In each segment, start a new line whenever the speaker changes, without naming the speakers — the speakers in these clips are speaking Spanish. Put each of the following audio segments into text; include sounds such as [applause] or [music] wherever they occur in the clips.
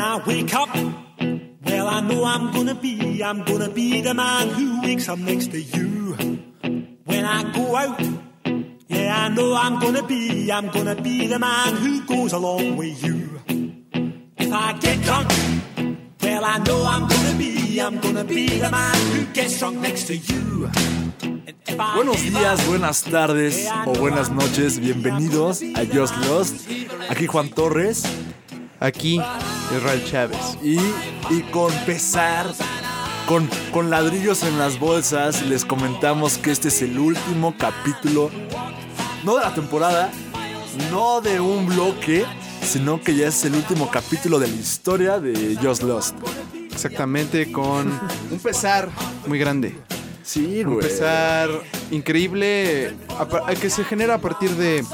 I wake up, well, I know I'm gonna be, I'm gonna be the man who wakes up next to you. When I go out, yeah, I know I'm gonna be, I'm gonna be the man who goes along with you. If I get drunk, well, I know I'm gonna be, I'm gonna be the man who gets drunk next to you. And if I
Buenos
give
días,
up,
buenas tardes o buenas noches, bienvenidos a Just Lost. Aquí Juan Torres
Aquí, Israel Chávez.
y, y con pesar, con, con ladrillos en las bolsas, les comentamos que este es el último capítulo, no de la temporada, no de un bloque, sino que ya es el último capítulo de la historia de Just Lost.
Exactamente, con un pesar muy grande.
Sí,
Un
güey.
pesar increíble a par- que se genera a partir de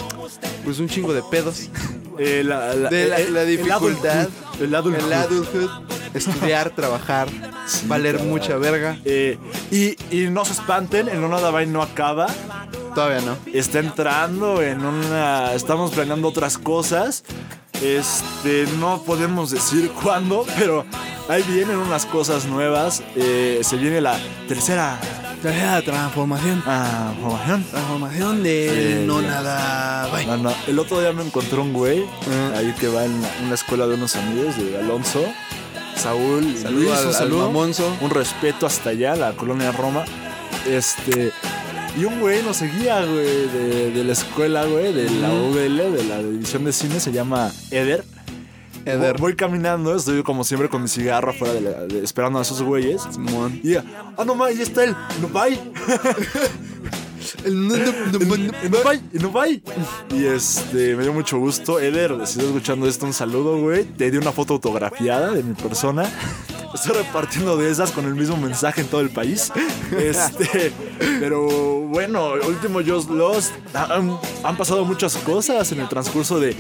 pues un chingo de pedos.
Eh, la, la-
De la,
eh,
la
el
dificultad.
adulthood, El adulthood.
adulthood, Estudiar, trabajar,
Sí,
valer
caray.
mucha verga.
Eh, y, y no se espanten, el No Nada Va y no acaba.
Todavía no.
Está entrando en una. Estamos planeando otras cosas. Este, no podemos decir [laughs] cuándo, pero ahí vienen unas cosas nuevas. Eh, se viene la tercera
transformación.
ah, formación.
Transformación de
no
nada.
No, no, El otro día me encontró un güey
Ah.
ahí que va en la- una escuela de unos amigos de Alonso. Saúl, y
Saludo
Luis,
al-
un
al
saludo.
mamonzo.
un respeto hasta allá, la colonia Roma. Este. Y un güey nos seguía, güey, de, de la escuela, güey, de la UVL, de la división de cine, se llama Eder.
Eder.
Voy caminando, estoy como siempre con mi cigarro afuera, de la- de- esperando a esos güeyes.
Simón.
Y, ah, no mames, ya está él, no bye. Y no bye, y no bye. Y este, me dio mucho gusto. Eder, si estás escuchando esto, un saludo, güey. Te di una foto autografiada de mi persona. Estoy repartiendo de esas con el mismo mensaje en todo el país. Este, pero bueno, último Just Lost. Han, han pasado muchas cosas en el transcurso de,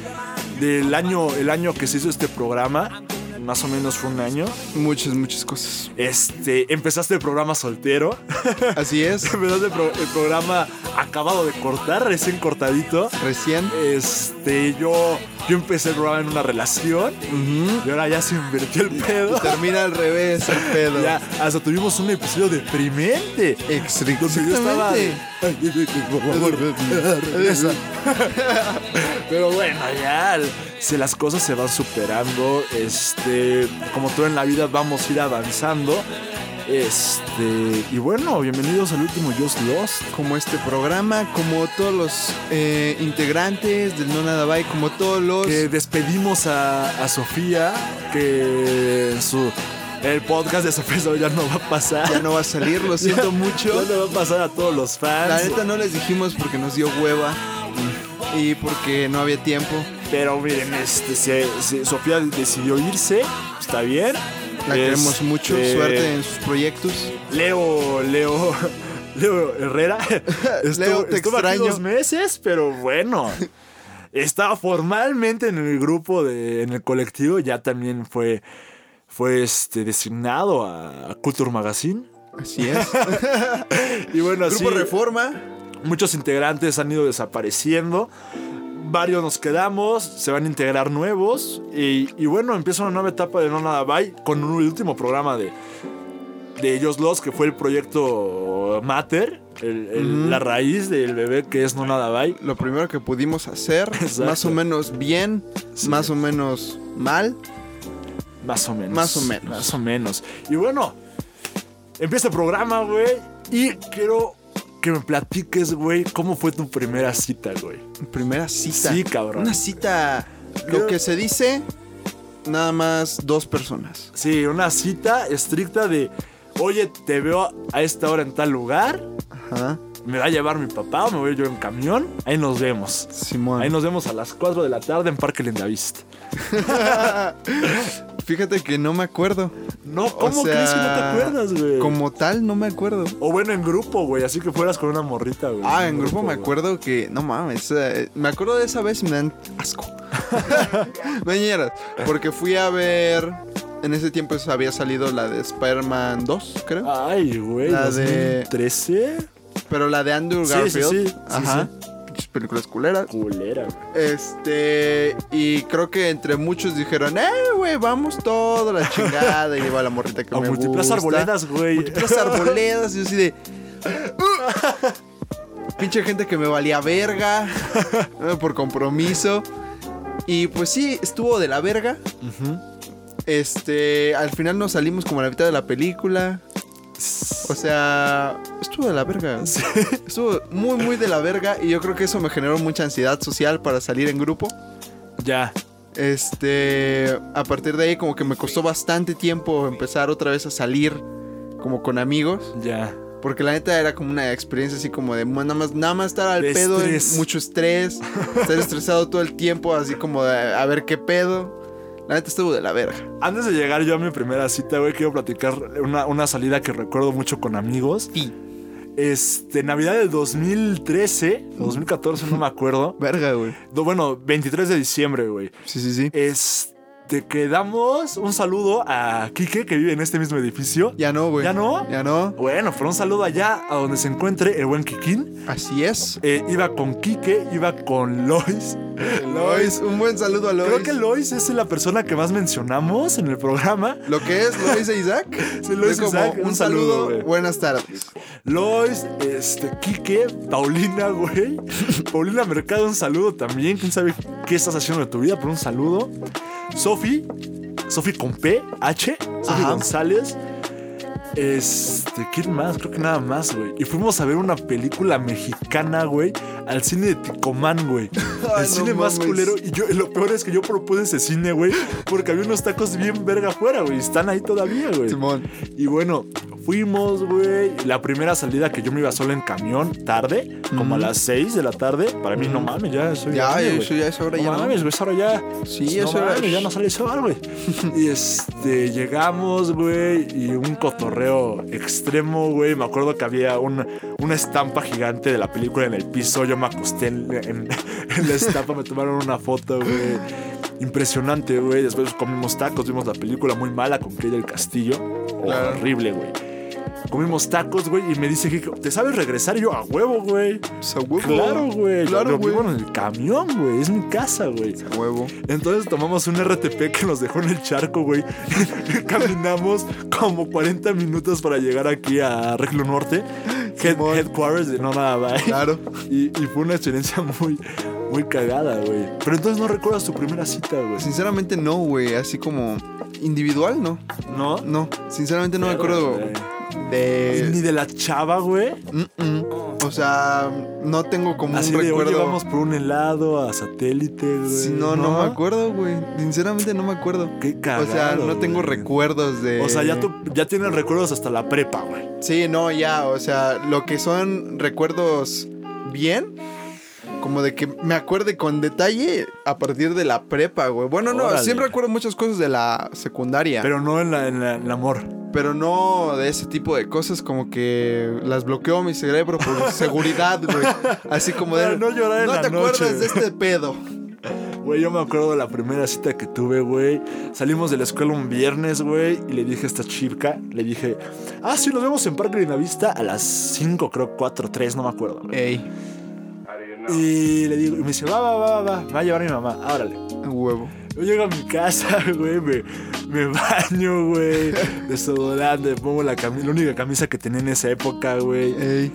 del año, el año que se hizo este programa. Más o menos fue un año.
Muchas, muchas cosas.
Este, empezaste el programa soltero. [laughs]
Así es.
Empezaste el, pro- el programa acabado de cortar, recién cortadito.
Recién.
Este, yo, yo empecé el programa en una relación y ahora ya se invirtió el pedo.
Termina al revés el pedo.
Ya, hasta tuvimos un episodio deprimente. Donde yo estaba. de- Ay, ay, ay, por favor.
Esa.
[laughs] Pero bueno, ya se, las cosas se van superando. Este, como todo en la vida, vamos a ir avanzando. Este, y bueno, bienvenidos al último Just Lost.
Como este programa, como todos los eh, integrantes del No Nada Bye, como todos los.
Que despedimos a, a Sofía, que su, el podcast de Sofía Solo ya no va a pasar.
Ya no va a salir, lo siento mucho.
[laughs] Ya no va a pasar a todos los fans.
La neta no les dijimos porque nos dio hueva y porque no había tiempo.
Pero miren, este, se- se- Sofía decidió irse, está bien.
La queremos
Este,
mucho, suerte en sus proyectos.
Leo, [laughs] Leo, Leo Herrera.
[laughs] Leo, te
estuvo aquí
extraño.
dos meses, pero
[laughs]
bueno. Estaba formalmente en el grupo, de, en el colectivo. Ya también fue, fue este, designado a Culture Magazine.
Así es.
Y bueno, [laughs] así
Grupo Reforma.
muchos integrantes han ido desapareciendo. Varios nos quedamos, se van a integrar nuevos. Y, y bueno, empieza una nueva etapa de No Nada Bye con un último programa de, de ellos los que fue el proyecto Mater, el- el- la raíz del bebé que es No Nada Bye.
Lo primero que pudimos hacer,
Exacto.
más o menos bien,
Sí.
más o menos mal.
Más o menos.
Más o menos.
Más o menos. Y bueno, empieza el programa, güey. Y quiero que me platiques, güey, cómo fue tu primera cita, güey.
Primera cita.
Sí, cabrón.
Una cita.
Yo-
Lo que se dice, nada más dos personas.
Sí, una cita estricta de, oye, te veo a esta hora en tal lugar,
Ajá.
me va a llevar mi papá o me voy yo en camión, ahí nos vemos.
Simón.
Ahí nos vemos a las 4 de la tarde en Parque Lindavista.
Fíjate que no me acuerdo.
No,
O
¿cómo
sea,
crees que no te acuerdas, güey?
Como tal, no me acuerdo.
O bueno, en grupo, güey, así que fueras con una morrita, güey.
Ah, en grupo me
güey.
acuerdo que. No mames. eh, me acuerdo de esa vez y me dan
[laughs]
asco. Mañeras. Porque fui a ver. En ese tiempo había salido la de Spider-Man 2, creo.
Ay, güey,
La de-
2013.
Pero la de Andrew
Sí,
Garfield.
sí, sí, sí,
Ajá.
sí.
Pinches Películas culeras.
Culera, güey.
Este. Y creo que entre muchos dijeron, ¡eh, güey, vamos toda la chingada. y lleva la morrita que
A
me
múltiples
gusta.
arboledas, güey.
Múltiples arboledas. Y yo así de. "Uh". Pinche gente que me valía verga. eh, por compromiso. Y pues sí, estuvo de la verga. Este. Al final nos salimos como a la mitad de la película. O sea, estuvo de la verga. Estuvo muy, muy de la verga. Y yo creo que eso me generó mucha ansiedad social para salir en grupo.
Ya.
Este, a partir de ahí como que me costó bastante tiempo empezar otra vez a salir como con amigos,
Ya.
porque la neta era como una experiencia así como de nada más nada más estar al
De
pedo, en
estrés.
mucho estrés, estar estresado todo el tiempo, así como de a ver qué pedo. La neta estuvo de la verga.
Antes de llegar yo a mi primera cita, güey, quiero platicar una, una salida que recuerdo mucho con amigos.
Sí.
Este, Navidad del 2013 o 2014, no me acuerdo.
Verga, güey.
No, bueno, 23 de diciembre, güey.
Sí, sí, sí.
Este, que damos un saludo a Quique, que vive en este mismo edificio.
Ya no, güey.
¿Ya no?
Ya no.
Bueno, fue un saludo allá a donde se encuentre el buen Kikín.
Así es.
Eh, iba con Quique, iba con Lois.
Lois, un buen saludo a Lois.
Creo que Lois es la persona que más mencionamos en el programa.
lo que es Lois e Isaac.
Sí, Lois
fue
e Isaac,
como
un
un
saludo,
saludo.
güey.
buenas tardes.
Lois, este, Quique, Paulina,
[laughs]
güey. Paulina Mercado, un saludo también. ¿Quién sabe qué estás haciendo de tu vida? Pero un saludo. Sofi, Sofi con P, H, Sofi
Ajá.
González. Este, ¿quién más? Creo que nada más, güey. Y fuimos a ver una película mexicana, güey, al cine de Ticomán, güey.
[laughs]
El
Ay, no
cine más
mames.
culero. Y yo, y lo peor es que yo propuse ese cine, güey, porque había unos tacos bien verga afuera, güey. Están ahí todavía, güey.
Simón.
Y bueno, fuimos, güey. La primera salida que yo me iba solo en camión, tarde, como a las 6 de la tarde. Para mí, no mames, ya soy.
Ya,
grande,
ya,
güey.
eso ya es hora, ya
No
no.
mames, güey, es hora ya.
Sí,
no
es hora.
mames, ya no sale sol, güey. [laughs] y este, llegamos, güey, y un cotorreo extremo, güey. Me acuerdo que había un- una estampa gigante de la película en el piso. Yo me acosté en, en- [laughs] en la estampa, me tomaron una foto, güey. Impresionante, güey. Después comimos tacos, vimos la película muy mala con Kate del Castillo. Oh,
Claro.
Horrible, güey. Comimos tacos, güey, y me dice, que ¿te sabes regresar? Y yo, a huevo, güey.
Pues, a huevo.
Claro, güey.
Claro,
Lo- lo
güey.
vivo en el camión, güey. Es mi casa, güey.
A huevo.
Entonces tomamos un RTP que nos dejó en el charco, güey. [laughs] Caminamos como 40 minutos para llegar aquí a Reglo Norte. Head-
Simón.
headquarters de Nona Bay.
Claro.
Y, y fue una experiencia muy, muy cagada, güey. Pero entonces no recuerdas tu primera cita, güey.
Sinceramente no, güey. Así como individual, no.
¿No?
No, sinceramente no me acuerdo Eh,
Güey. Ni
de...
de la chava, güey.
Mm-mm. O sea, no tengo como
Así
un
de, oye,
recuerdo...
vamos por un helado a satélite, güey.
Sí, no, no, me acuerdo, güey. Sinceramente no me acuerdo.
Qué
o sea,
cagado,
no tengo
güey.
recuerdos de...
O sea, ya, tú, ya tienes recuerdos hasta la prepa, güey.
Sí, no, ya, o sea, lo que son recuerdos bien, como de que me acuerde con detalle a partir de la prepa, güey. Bueno, no,
Órale.
siempre recuerdo muchas cosas de la secundaria.
Pero no en, la- en la- en el amor.
Pero no de ese tipo de cosas, como que las bloqueó mi cerebro
[laughs]
por seguridad, güey. Así como de.
Para no llorar en
"No
la
te
noche".
acuerdas de este pedo.
Güey, yo me acuerdo de la primera cita que tuve, güey. Salimos de la escuela un viernes, güey, y le dije a esta chica, le dije, ah, sí, nos vemos en Parque Linavista a las 5, creo, 4, 3, no me acuerdo. güey.
Ey,
Y le digo, y me dice, va, va, va, va, va, me va a llevar mi mamá, árale.
huevo.
Yo llego a mi casa, [laughs] güey, me, me baño, güey, desodorante, me pongo la, cami- la única camisa que tenía en esa época, güey.
Ey.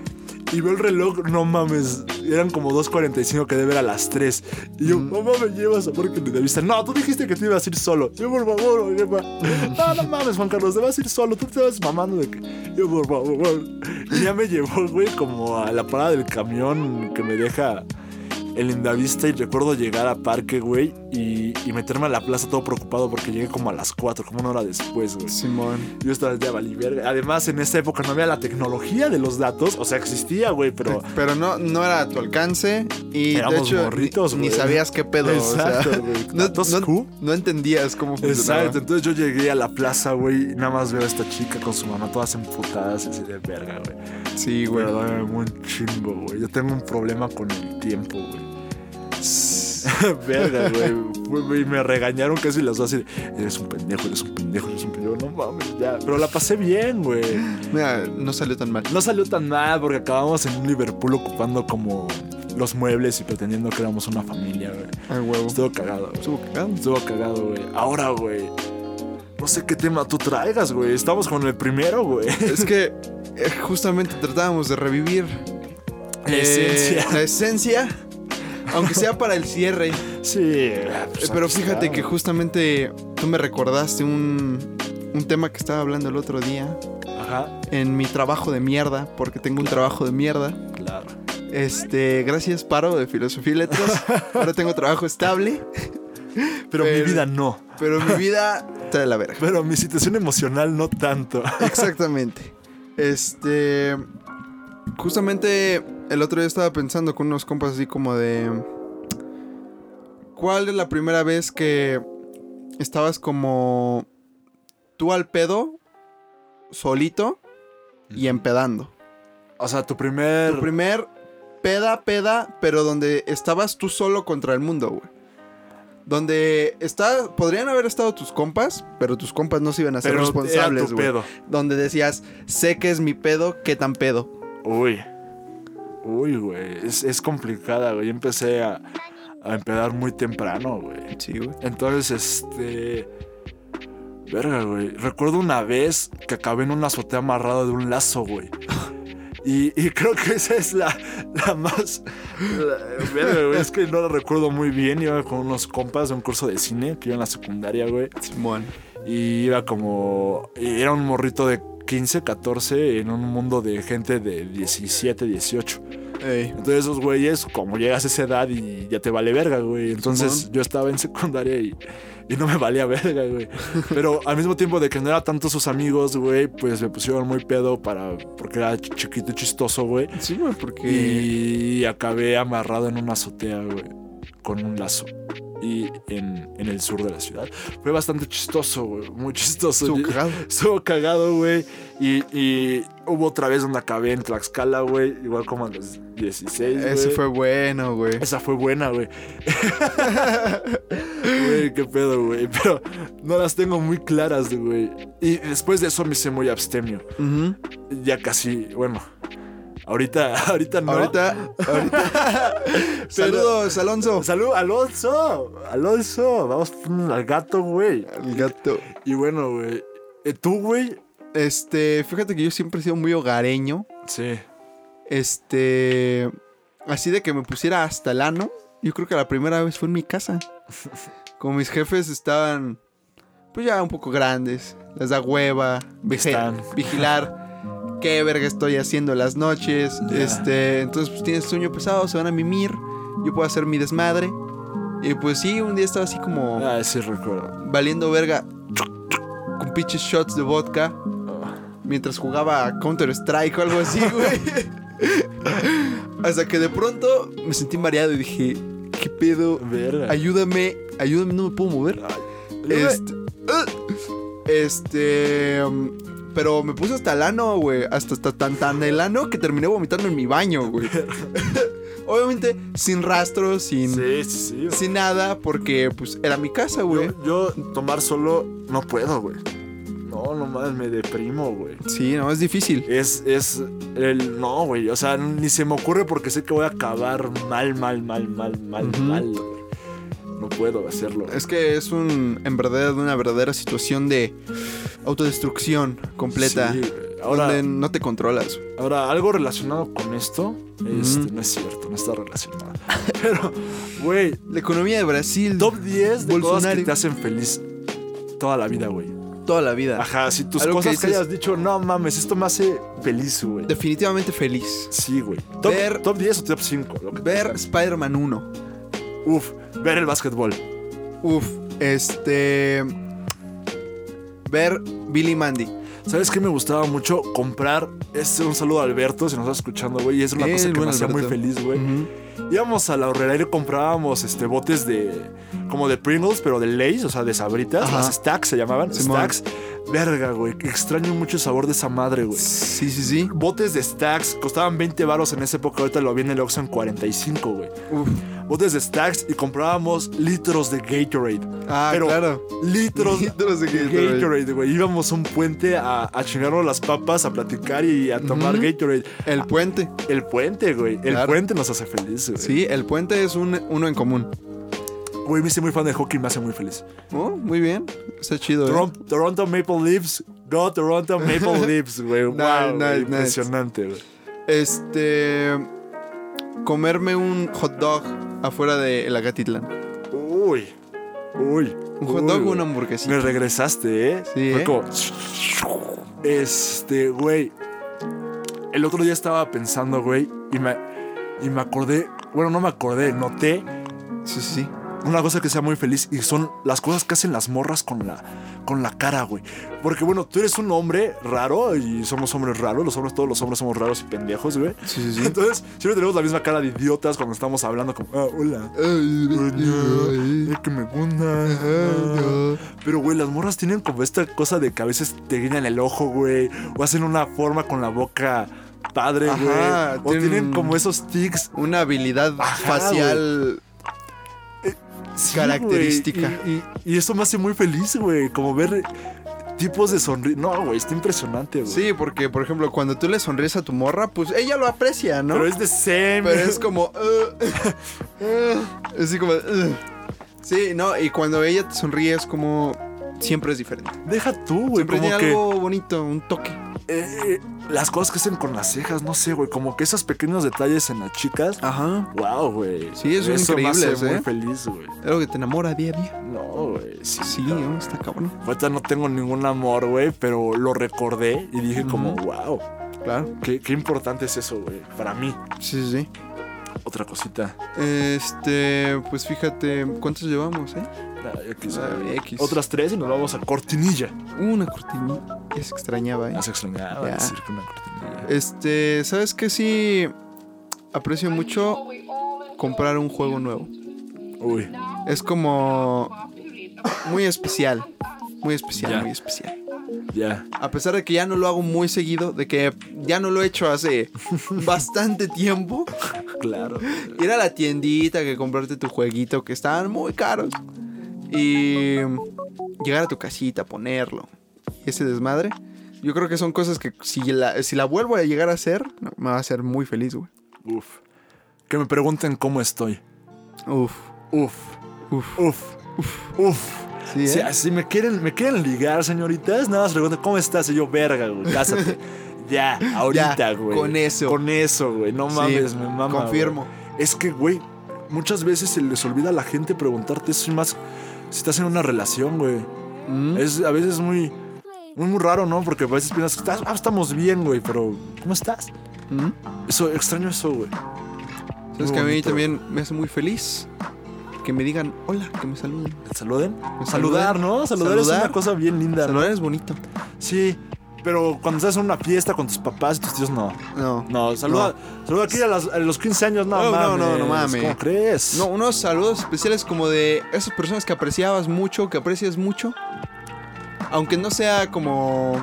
Y veo el reloj, no mames, eran como 2.45 que debe era a las 3. Y yo, mamá, me llevas a Parque Linavista. No, tú dijiste que te ibas a ir solo. Yo, por favor, oye, ma. No, no mames, Juan Carlos, te vas a ir solo. Tú te vas mamando de que. Yo, por favor. Y ya me llevó, güey, como a la parada del camión que me deja el Lindavista. Y recuerdo llegar a Parque, güey, y, y meterme a la plaza todo preocupado porque llegué como a las 4, como una hora después, güey.
Simón.
Yo estaba ya valí verga. Además, en esa época no había la tecnología de los datos. O sea, existía, güey, pero.
Pero no, no era a tu alcance y de
Éramos
hecho
morritos,
ni, ni
güey.
sabías qué pedo. o
Exacto,
sea,
güey. Datos
[laughs] no,
Q.
no, no entendías cómo funcionaba.
[laughs] Exacto. Entonces yo llegué a la plaza, güey, y nada más veo a esta chica con su mamá todas emputadas y así de verga, güey.
Sí, güey.
Perdóname un chingo, güey. Yo tengo un problema con el tiempo, [laughs] güey. verga, güey. Fue- güey. Y me regañaron casi las dos así de, eres un pendejo, eres un pendejo, eres un pendejo. No mames, ya. Pero la pasé bien, güey.
Mira, no salió tan mal.
No salió tan mal porque acabamos en un Liverpool ocupando como los muebles y pretendiendo que éramos una familia, güey.
Ay, huevo.
Estuvo cagado, güey.
Estuvo cagado.
Estuvo cagado, güey. Ahora, güey. No sé qué tema tú traigas, güey. Estamos con el primero, güey.
Es que eh, justamente tratábamos de revivir
La [laughs]
eh,
esencia.
la esencia, aunque sea para
[laughs]
el cierre.
Sí.
Eh, Pero fíjate que justamente tú me recordaste un, un tema que estaba hablando el otro día
Ajá,
en mi trabajo de mierda, porque tengo un trabajo de mierda.
claro.
Este, gracias, paro de filosofía y letras. Ahora tengo trabajo estable,
Pero, mi
Pero-
vida no.
pero mi vida está de la verga.
Pero mi situación emocional no tanto.
Exactamente. Este. Justamente el otro día estaba pensando con unos compas así como de. ¿Cuál es la primera vez que estabas como. tú al pedo, solito y empedando?
O sea, tu primer.
Tu primer peda, peda, pero donde estabas tú solo contra el mundo, güey. Donde está, podrían haber estado tus compas, pero tus compas no se iban a ser
pero era tu
responsables, güey
pedo.
donde decías, sé que es mi pedo, qué tan pedo.
Uy. Uy, güey. Es, es complicada, güey. Yo empecé a, a empedar muy temprano, güey.
Sí, güey.
Entonces, este. Verga, güey. Recuerdo una vez que acabé en una azotea amarrada de un lazo, güey. Y, y creo que esa es la, la más. la- verga, güey. Es que no la recuerdo muy bien. Iba con unos compas de un curso de cine que iba en la secundaria, güey.
Simón.
Y iba como. y Era un morrito de 15, 14 en un mundo de gente de 17, 18.
Ey.
Entonces esos güeyes, como llegas a esa edad y ya te vale verga, güey. Entonces
Simón.
yo estaba en secundaria y, y no me valía verga, güey. Pero al mismo tiempo de que no era tanto sus amigos, güey, pues me pusieron muy pedo para... Porque era ch- chiquito y chistoso, güey.
Sí, güey, porque...
Y acabé amarrado en una azotea, güey, con un lazo. Y en, en el sur de la ciudad. Fue bastante chistoso, güey. Muy chistoso.
Estuvo
Yo-
cagado.
Estuvo cagado, güey. Y, y hubo otra vez donde acabé en Tlaxcala, güey. Igual como a los 16.
Ese
güey.
fue bueno, güey.
Esa fue buena,
[laughs]
güey. Güey, qué pedo, güey. Pero no las tengo muy claras, güey. Y después de eso me hice muy abstemio.
Ujú.
Ya casi, bueno. Ahorita, ahorita no.
Ahorita, ahorita. [laughs] Saludos, Alonso.
Salud, Alonso. Alonso. Vamos al gato, güey.
El gato.
Y bueno, güey. Eh, ¿Tú, güey?
Este, fíjate que yo siempre he sido muy hogareño.
Sí.
Este, así de que me pusiera hasta el ano. Yo creo que la primera vez fue en
[laughs]
mi casa. Como mis jefes estaban, pues ya un poco grandes, les da hueva, vige-
Están.
vigilar
[laughs]
qué verga estoy haciendo las noches.
Ya.
Este, entonces pues tienes sueño pesado, se van a mimir, yo puedo hacer mi desmadre. Y pues sí, un día estaba así como
Ah, sí, recuerdo.
valiendo verga con pinches shots de vodka mientras jugaba a Counter Strike o algo así, güey. Hasta que de pronto me sentí mareado y dije, ¿qué pedo?
Verga.
Ayúdame, ayúdame, no me puedo mover. Este, ¡Ugh! este, um, pero me puse hasta el ano, güey, hasta, hasta tan tan el ano que terminé vomitando en mi baño, güey. Obviamente sin rastro, sin
Sí, sí, sí. güey.
sin nada porque pues era mi casa, güey.
Yo, yo tomar solo no puedo, güey. No, nomás me deprimo, güey.
Sí, no, es difícil.
Es, es el no, güey. O sea, ni se me ocurre porque sé que voy a acabar mal, mal, mal, mal, mal,
Ujú.
mal, güey. No puedo hacerlo.
Es que es un, en verdad, una verdadera situación de autodestrucción completa.
Sí, güey. ahora,
donde no te controlas.
ahora, algo relacionado con esto, este, no es cierto, no está relacionado. [laughs] Pero, güey,
La economía de Brasil,
top 10 de cosas que
Bolsonaro.
te hacen feliz toda la vida, güey.
toda la vida.
Ajá, si tus
Algo que
cosas que
dices-
hayas dicho, no mames, esto me hace feliz, güey.
Definitivamente feliz.
Sí, güey. Top,
Ver-
top 10 o top 5. Lo que
Ver Spider-Man 1.
Uf, ver el básquetbol.
Uf, este... Ver Billy Mandy.
¿Sabes qué me gustaba mucho? Comprar. Este, un saludo a Alberto, si nos está escuchando, güey. Y es una
Eh,
cosa que me
buen
hacía muy
Alberto.
feliz, güey.
Ujú.
Íbamos a la horrera y comprábamos este, botes de. como de Pringles, pero de Lays, o sea, de sabritas.
Ajá.
Las Stacks se llamaban.
Simón.
Stacks. Verga, güey. Extraño mucho el sabor de esa madre, güey.
Sí, sí, sí.
Botes de Stacks costaban 20 varos en esa época. Ahorita lo vi en el Oxxo en 45, güey.
Uf.
Botes de Stacks y comprábamos litros de Gatorade.
Ah,
Pero
claro. [laughs]
Litros,
Litros de Gatorade.
Gatorade, güey. Íbamos a un puente a, a chingarnos las papas, a platicar y a tomar
Ujú.
Gatorade.
El puente.
El puente, güey. El
Claro.
puente nos hace feliz, ese, güey.
Sí, el puente es un, uno en común.
Güey, me hice muy fan del hockey, me hace muy feliz.
Oh, muy bien. Está chido, ¿eh?
Toron- Toronto Maple Leafs, go Toronto
[laughs]
Maple Leafs, güey. Wow,
Nice,
güey,
nice,
impresionante, güey.
Este. Comerme un hot dog afuera de la Gatitlán.
Uy, uy.
Un hot dog o una hamburguesita.
Me regresaste, ¿eh?
Sí,
Fue
¿eh?
como- Este, güey. El otro día estaba pensando, güey, y me, y me acordé. Bueno, no me acordé, noté
Sí, sí, sí.
una cosa que sea muy feliz y son las cosas que hacen las morras con la, con la cara, güey. Porque, bueno, tú eres un hombre raro y somos hombres raros. Los hombres, todos los hombres somos raros y pendejos, güey.
Sí, sí, sí.
Entonces, siempre tenemos la misma cara de idiotas cuando estamos hablando, como, ah, hola.
Ay,
Es que me gusta.
ay,
Pero, güey, las morras tienen como esta cosa de que a veces te guiñan el ojo, güey. O hacen una forma con la boca padre,
Ajá,
güey. O
tienen-
tienen como esos tics.
Una habilidad
Ajá,
facial.
sí,
Característica.
güey, Y, y- y eso me hace muy feliz, güey. Como ver tipos de sonrisa. No, güey, está impresionante, güey.
Sí, porque, por ejemplo, cuando tú le sonríes a tu morra, pues ella lo aprecia, ¿no?
Pero es de same.
Pero es como. "Ah, ah", así como. "Ah". Sí, no, y cuando ella te sonríe es como. Siempre es diferente.
Deja tú, güey.
Siempre
Como que
tiene algo bonito, un toque.
eh, eh, las cosas que hacen con las cejas, no sé, güey. Como que esos pequeños detalles en las chicas.
Ajá.
Wow, güey.
Sí, son
Eso me hace
increíbles, ¿eh?
muy feliz, güey.
Algo que te enamora día a día.
No, güey. Sí,
Sí,
claro.
¿no? está cabrón.
Ahorita no tengo ningún amor, güey, pero lo recordé y dije como, wow,
Claro.
qué, qué importante es eso, güey, para mí.
Sí, sí, sí.
Otra cosita.
Este, pues fíjate, ¿cuántos llevamos, eh?
Ah, X,
Ah,
güey.
X.
Otras tres y nos vamos a cortinilla.
Una cortinilla. Ya se extrañaba, eh.
Las extrañaba
Ah, Ya.
decir que una cortinilla.
Este, ¿sabes qué? Sí, aprecio mucho comprar un juego nuevo.
Uy,
Es como muy especial. Muy especial,
Ya.
muy especial.
ya.
A pesar de que ya no lo hago muy seguido, de que ya no lo he hecho [laughs] hace bastante tiempo,
Claro. güey.
ir a la tiendita, que comprarte tu jueguito, que están muy caros, y llegar a tu casita, ponerlo, y ese desmadre, yo creo que son cosas que si la, si la vuelvo a llegar a hacer, no, me va a hacer muy feliz, güey.
Uf. Que me pregunten cómo estoy.
Uf,
Uf,
uf,
uf, ah, uf, uf.
sí, ¿eh?
Si, si me quieren, me quieren ligar, señoritas, nada más preguntan cómo estás y yo, verga, güey, cásate.
[laughs]
ya, ahorita,
Ya,
güey.
con eso.
Con eso, güey. No
Sí,
mames, me mama. güey.
confirmo.
Es que, güey, muchas veces se les olvida a la gente preguntarte eso y más si estás en una relación, güey.
Mm.
Es a veces muy, muy, muy raro, ¿no? Porque a veces piensas que estás- ah, estamos bien, güey, pero ¿cómo estás?
Mm.
Eso, extraño eso, güey.
Sabes
Muy
que a mí
bonito.
también me hace muy feliz que me digan hola, que me saluden.
¿Te saluden?
Me
Saludar,
saluden.
¿no? Saludar, es
Saludar.
una cosa bien linda. ¿no?
Saludar es bonito.
Sí, pero cuando estás en una fiesta con tus papás y tus tíos, no.
No.
No, saluda, saluda aquí a, las- a los 15 años, no,
No, no,
mames.
no, no mames.
¿Cómo crees?
No, unos saludos especiales como de esas personas que apreciabas mucho, que aprecias mucho. Aunque no sea como,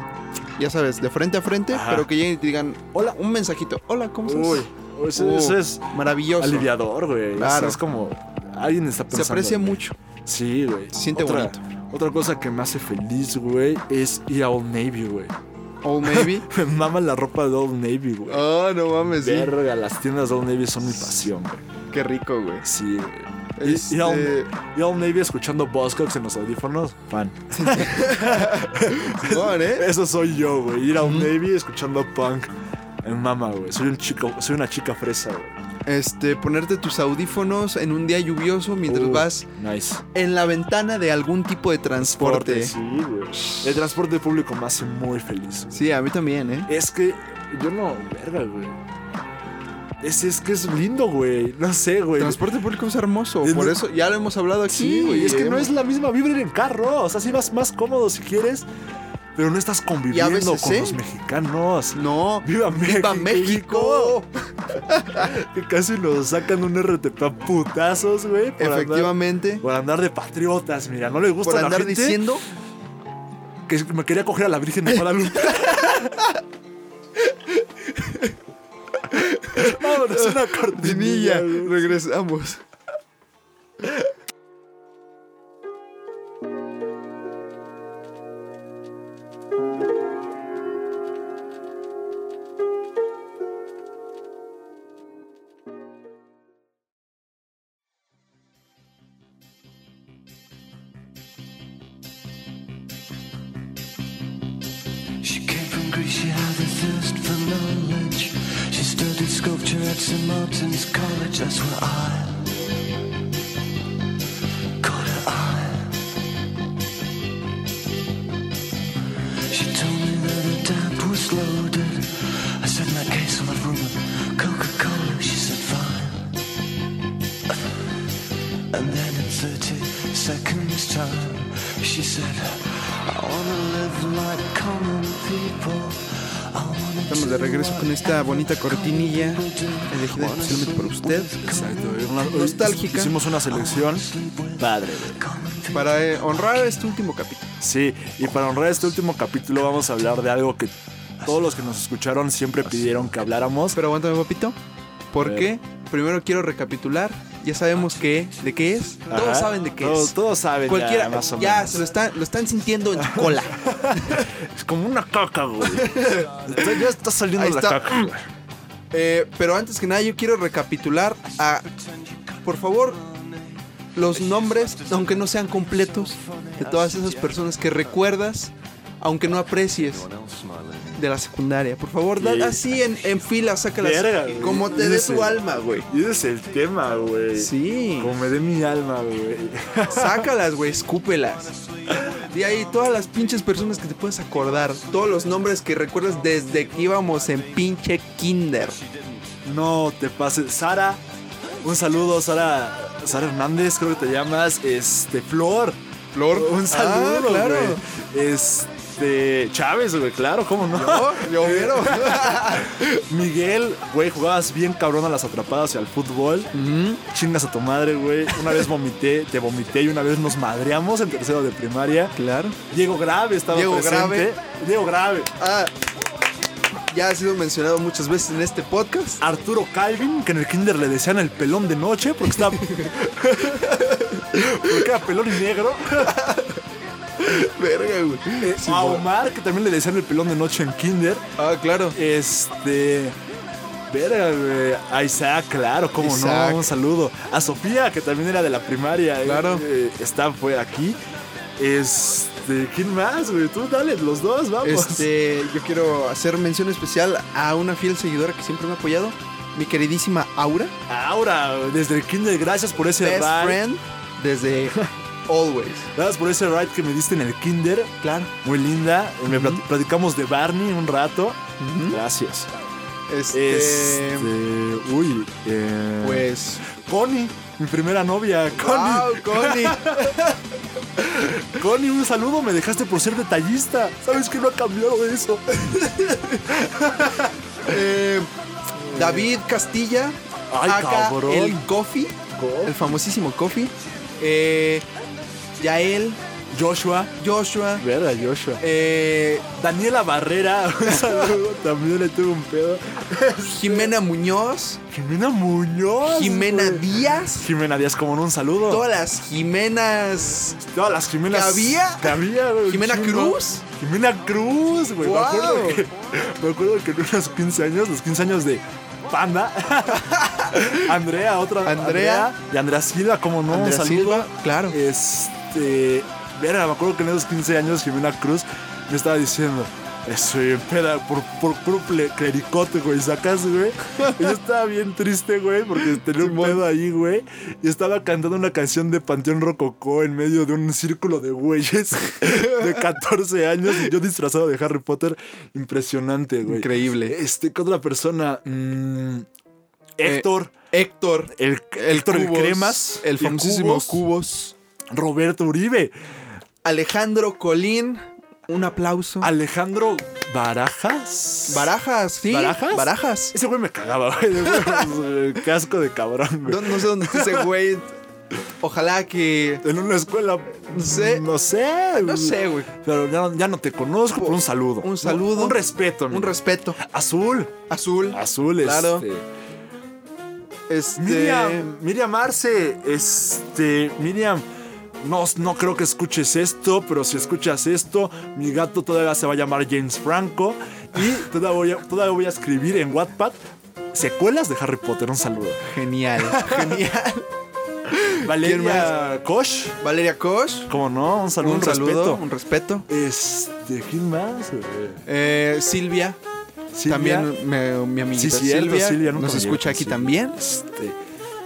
ya sabes, de frente a frente,
Ajá.
pero que lleguen y te digan, hola, un mensajito, hola, ¿cómo estás?
Uy, eso,
Uh,
eso es
maravilloso.
aliviador, güey. Eso
Claro.
es como alguien está
Se
pensando.
aprecia
en mí.
mucho.
Sí, güey.
Se siente
otra,
bonito.
Otra cosa que me hace feliz, güey, es ir a Old Navy, güey.
O
[laughs]
Oh, maybe.
Me mama la ropa de Old Navy, güey.
oh, no mames, sí.
Verga, las tiendas de Old Navy son mi pasión, güey.
Qué rico, güey.
Sí, güey. Y-
Este-
Y, a Old- y a Old Navy escuchando Buzzcocks en los audífonos, fan.
Simón, ¿eh?
Eso soy yo, güey. Ir a un Navy escuchando punk. En mama, güey. Soy un chico, soy una chica fresa, güey.
Este, ponerte tus audífonos en un día lluvioso mientras
Uh,
vas
Nice.
en la ventana de algún tipo de transporte.
Sí, güey. El transporte público me hace muy feliz. güey.
Sí, a mí también, ¿eh?
Es que yo no, verga, güey. Es, es que es lindo, güey. No sé,
El
güey.
transporte público es hermoso,
Es
por
lo-
eso ya lo hemos hablado aquí.
Sí, güey. Es que no
hemos-
es la misma vibra en el carro. O sea, sí vas más cómodo si quieres, pero no estás conviviendo
veces,
con
¿eh?
los mexicanos.
No.
¡Viva México!
¡Viva México!
Que casi nos sacan un RTP a putazos, güey. por andar-
Efectivamente.
Por andar de patriotas, mira, no le gusta
Por
a la
andar
gente
diciendo.
que me quería coger a la Virgen de
[laughs]
Guadalupe. Vámonos, una cortinilla. güey.
Dinilla, regresamos.
She had a thirst for knowledge. She studied sculpture at St. Martin's College. That's where I caught her eye. She told me that her dad was loaded. I said, in that case, I'll have room at Coca-Cola. She said, fine. And then in 30 seconds time, she said, I wanna live like common people. I wanna
Estamos de
do
regreso con esta bonita cortinilla elegida especialmente por usted.
Exacto, güey. Una- hoy
Nostálgica.
Hicimos una selección padre, güey.
Para eh, honrar este último capítulo.
Sí, y para honrar este último capítulo vamos a hablar de algo que todos los que nos escucharon siempre pidieron que habláramos.
Pero aguántame, papito.
A
¿Por
ver.
qué? Primero quiero recapitular. Ya sabemos qué, de qué es.
Ajá.
Todos saben de qué
Todos-
es.
Todos saben
Cualquiera,
ya,
ya,
más o menos.
se lo están, lo están sintiendo en su cola.
Es como una caca, güey. [laughs] Está- ya está saliendo
Ahí
la
está.
caca. güey.
Eh, pero antes que nada, yo quiero recapitular a. Por favor, los nombres, aunque no sean completos, de todas esas personas que recuerdas, aunque no aprecies, de la secundaria. Por favor, da-
Sí.
así en, en fila, sácalas.
Verga, güey.
como te
Ese
dé
es
su
el-
alma, güey.
Y ese es el tema, güey.
Sí,
Como me dé mi alma, güey.
sácalas, güey, escúpelas. De ahí todas las pinches personas que te puedes acordar, todos los nombres que recuerdas desde que íbamos en pinche kinder.
[laughs] No te pases. Sara, un saludo, Sara. Sara Hernández, creo que te llamas. Este, Flor.
Flor,
Un saludo,
Ah, claro.
güey. Este, Chávez, güey, claro, ¿cómo no?
Yo
[laughs]
vieron.
Miguel, güey, jugabas bien cabrón a las atrapadas y al fútbol. Chingas a tu madre, güey. Una vez vomité, te vomité y una vez nos madreamos en tercero de primaria.
[laughs] Claro.
Diego Grave estaba
Diego
presente.
Grave.
Diego Grave.
Ah, ya ha sido mencionado muchas veces en este podcast. [laughs]
Arturo Calvin, que en el kinder le decían el pelón de noche porque
[laughs]
estaba... porque era pelón y negro.
Verga, güey. Sí,
a
bueno.
Omar, que también le decían el pelón de noche en kinder.
Eh, Ah, claro.
Este. Verga, güey. A Isaac, claro, cómo
Isaac.
no. Un saludo. A Sofía, que también era de la primaria. eh,
Claro.
eh, está, fue aquí. Este. ¿Quién más, güey? Tú dale, los dos, vamos.
Este, yo quiero hacer mención especial a una fiel seguidora que siempre me ha apoyado, mi queridísima [laughs] Aura,
Ahora, desde el Kinder, gracias por ese
best
ride.
friend [laughs] desde always.
Gracias por ese ride que me diste en el Kinder.
Claro.
Muy linda. Me plat- platicamos de Barney un rato. Gracias.
Este,
Este. Uy. eh,
pues
Connie, mi primera novia. Connie.
wow, [laughs] Connie.
Connie, un saludo, me dejaste por ser detallista. Sabes que no ha cambiado eso.
Eh, David Castilla,
Ay,
acá
cabrón.
el Coffee, el famosísimo Coffee. Eh, Yael,
Joshua.
Joshua,
Verga, Joshua.
eh,
Daniela Barrera, [laughs] un saludo. También le tuve un pedo.
Jimena Muñoz,
Jimena Muñoz.
Jimena
güey.
Díaz,
Jimena Díaz, como en un saludo.
todas las Jimenas.
Todas las Jimenas.
¿Que había?
Que había, güey, un
¿Jimena
chingo.
Cruz?
Jimena Cruz, güey. Me,
Wow.
acuerdo que, me acuerdo que en unos 15 años, los 15 años de Panda. [laughs] Andrea, otra.
Andrea.
Y Andrea Silva, como no, un
Andrea
saludo.
Silva, claro.
Este. Verga, me acuerdo que en esos 15 años Jimena Cruz me estaba diciendo. Estoy en peda por, por puro ple- clericote, güey, sacas, güey. Y Yo estaba bien triste, güey, porque tenía un pedo ahí, güey. Y estaba cantando una canción de Panteón Rococó en medio de un círculo de güeyes
[laughs]
de 14 años. Y yo disfrazado de Harry Potter. Impresionante, güey.
Increíble.
Este, ¿qué otra persona? Mm, Héctor.
Héctor,
el, Héctor el
Cubos,
Cremas.
el famosísimo
Cubos.
Cubos.
Roberto Uribe,
Alejandro Colín, un aplauso.
Alejandro Barajas.
Barajas, sí.
¿Barajas?
Barajas.
Ese güey me cagaba, güey. De huevos, güey. Casco de cabrón, güey.
No, no sé dónde está [laughs] ese güey. Ojalá que.
En una escuela.
No sé.
No sé.
No sé, güey.
Pero ya, no- ya no te conozco. Pero un saludo.
Un saludo.
Un respeto, amigo.
Un respeto.
Azul.
Azul.
Azul,
Claro.
este.
Este.
Miriam, Eh, Miriam Arce, este, Miriam, no, no creo que escuches esto, pero si escuchas esto, mi gato todavía se va a llamar James Franco y todavía voy a, todavía voy a [laughs] escribir en Wattpad secuelas de Harry Potter. Un saludo.
Genial. Genial.
Valeria Kosh.
Valeria Kosh.
¿Cómo no? Un saludo,
Un,
un,
saludo,
respeto.
un respeto.
Este, ¿quién más? güey?
Eh, Silvia,
Silvia.
también me- mi amiguita
Sí, cierto,
Silvia,
Silvia, nunca
nos
me
escucha
llegué con
aquí
Silvia.
también.
Este,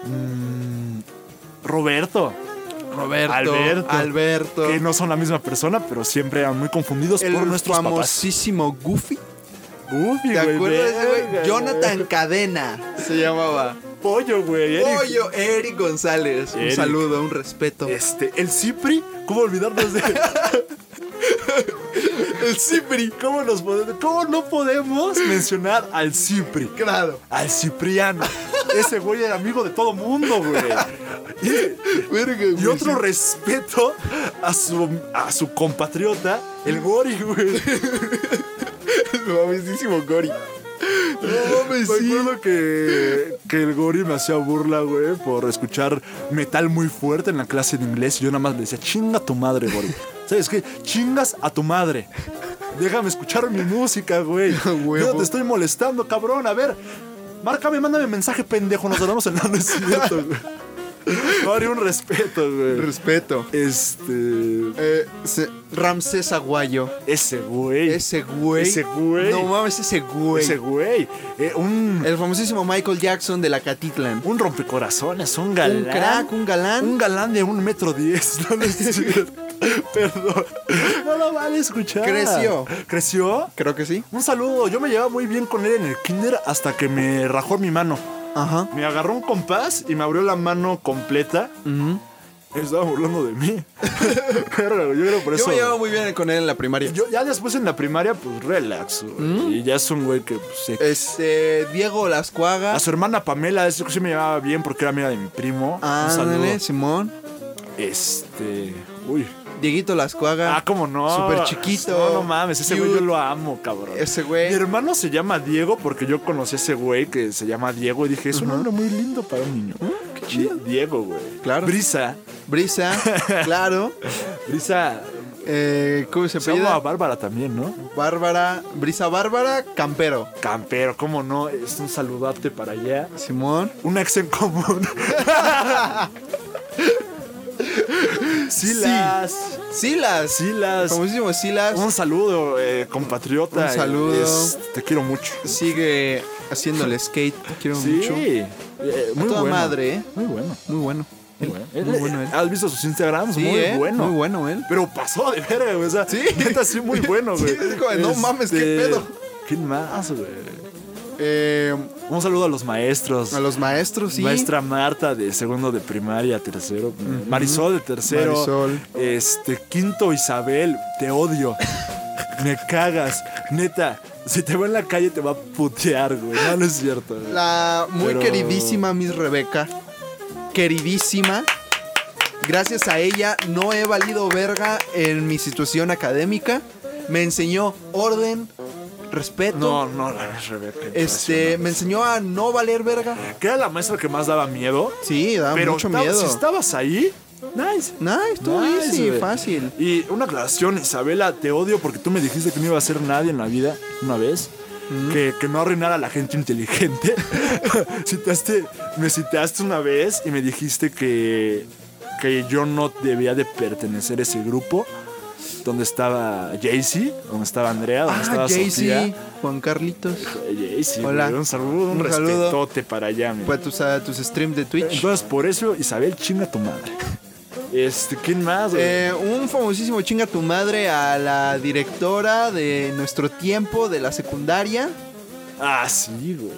mm, Roberto.
Roberto,
Alberto.
Alberto,
Que no son la misma persona, pero siempre eran muy confundidos
el
por nuestros papás.
famosísimo Goofy.
Goofy,
¿Te
güey,
acuerdas, güey?
verga,
Jonathan Cadena se llamaba.
Pollo, güey. Eric.
Pollo, Eric González. Un
Eric.
saludo, un respeto.
Este, el Cipri. ¿Cómo olvidarnos de
[laughs]
El Cipri. ¿Cómo, nos podemos, ¿Cómo no podemos mencionar al Cipri?
Claro.
Al Cipriano. Ese güey era amigo de todo mundo, güey.
Verga,
Y, y otro respeto a su, a su compatriota, el Gori, güey.
famosísimo Gori. No mames,
Me
sí.
acuerdo que, que el Gori me hacía burla, güey, por escuchar metal muy fuerte en la clase de inglés. Y yo nada más le decía, chinga a tu madre,
[laughs]
Gori. ¿Sabes qué? Chingas a tu madre. Déjame escuchar mi música, güey.
[laughs] A huevo.
Yo no te estoy molestando, cabrón. A ver, márcame, mándame mensaje, pendejo. Nos hablamos en
[laughs]
el cierto, güey. Gori, un respeto, güey.
Respeto.
Este.
Eh, se- Ramsés Aguayo.
Ese güey.
Ese güey.
Ese güey.
No mames, ese güey.
Ese güey. Eh, un,
El famosísimo Michael Jackson de la Catitlan.
un rompecorazones, un galán.
Un crack, un galán.
Un galán de un metro diez, [laughs] no lo sé. Perdón. No lo van a escuchar.
Creció.
¿Creció?
Creo que sí.
Un saludo. Yo me llevaba muy bien con él en el kinder hasta que me rajó mi mano.
Ajá.
Me agarró un compás y me abrió la mano completa. Estaba burlando de mí. [laughs] Verga, güey, yo creo por
Yo
eso.
me llevaba muy bien con él en la primaria.
Yo ya después en la primaria, pues relax. güey. Y ya es un güey que pues, se
Este, Diego Lascuaga.
A su hermana Pamela, eso sí me llevaba bien porque era amiga de mi primo. Un
Ah, Ándale,
saludo.
Simón.
Este. Uy.
Dieguito Lascuaga.
Ah, cómo no.
Súper chiquito.
No, no mames, ese güey
Cute.
yo lo amo, cabrón.
Ese güey.
Mi hermano se llama Diego porque yo conocí a ese güey que se llama Diego y dije, es un nombre muy lindo para un niño. Qué chido. Diego, güey.
Ah, Claro.
Brisa.
Brisa, [laughs] claro.
Brisa.
Eh, ¿Cómo se
Se llama
apellida?
Bárbara también, ¿no?
Bárbara. Brisa Bárbara Campero.
Campero, cómo no. Es un saludarte para allá.
Simón.
Un ex en común. Silas.
[laughs] Silas.
Silas.
Famosísimo Silas.
Un saludo, eh, compatriota.
Un saludo.
Es- te quiero mucho.
Sigue haciéndole skate. Te quiero mucho.
Eh, muy
toda
bueno.
madre, ¿eh?
Muy bueno.
Muy bueno.
Muy
Él-
bueno.
Muy bueno él.
Eh, ¿Has visto sus Instagrams?
Sí,
muy
¿eh?
bueno.
Muy bueno él.
Pero pasó de verga, güey. O sea,
Sí.
neta, sí, muy bueno,
[laughs] Sí,
güey. Este,
es como de, no mames, qué pedo.
¿Quién más, güey?
Eh,
Un saludo a los maestros.
a los maestros, sí.
Maestra Marta de segundo de primaria, tercero. Marisol de tercero.
Marisol.
Este, quinto Isabel, te odio. Me cagas. Neta, si te veo en la calle te va a putear, güey. No, no es cierto. güey.
La muy
Pero-
queridísima Miss Rebeca. Queridísima. Gracias a ella no he valido verga en mi situación académica. Me enseñó orden, respeto.
No, no, la es Rebeca.
Este, me enseñó a no valer verga.
Que era la maestra que más daba miedo.
Sí, da
pero
Ah, mucho
estaba-
miedo.
si estabas ahí, nice.
Nice, todo
Nice,
easy,
güey.
fácil.
Y una aclaración, Isabela, te odio porque tú me dijiste que no iba a ser nadie en la vida una vez.
Mm.
Que, que no arruinara a la gente inteligente. [laughs] citaste, me citaste una vez y me dijiste que, que yo no debía de pertenecer a ese grupo. Donde estaba Jaycee, donde estaba Andrea, donde
Ah,
estaba
Jay-Z,
Sofía.
Juan Carlitos.
Jaycee,
Hola.
güey, un saludo, un,
Un saludo.
respetote para allá. mi
Pues tus, a tus streams de Twitch.
entonces, por eso, Isabel, chinga tu madre. Este, ¿quién más? güey?
Eh, un famosísimo chinga tu madre a la directora de nuestro tiempo de la secundaria.
ah, sí, güey.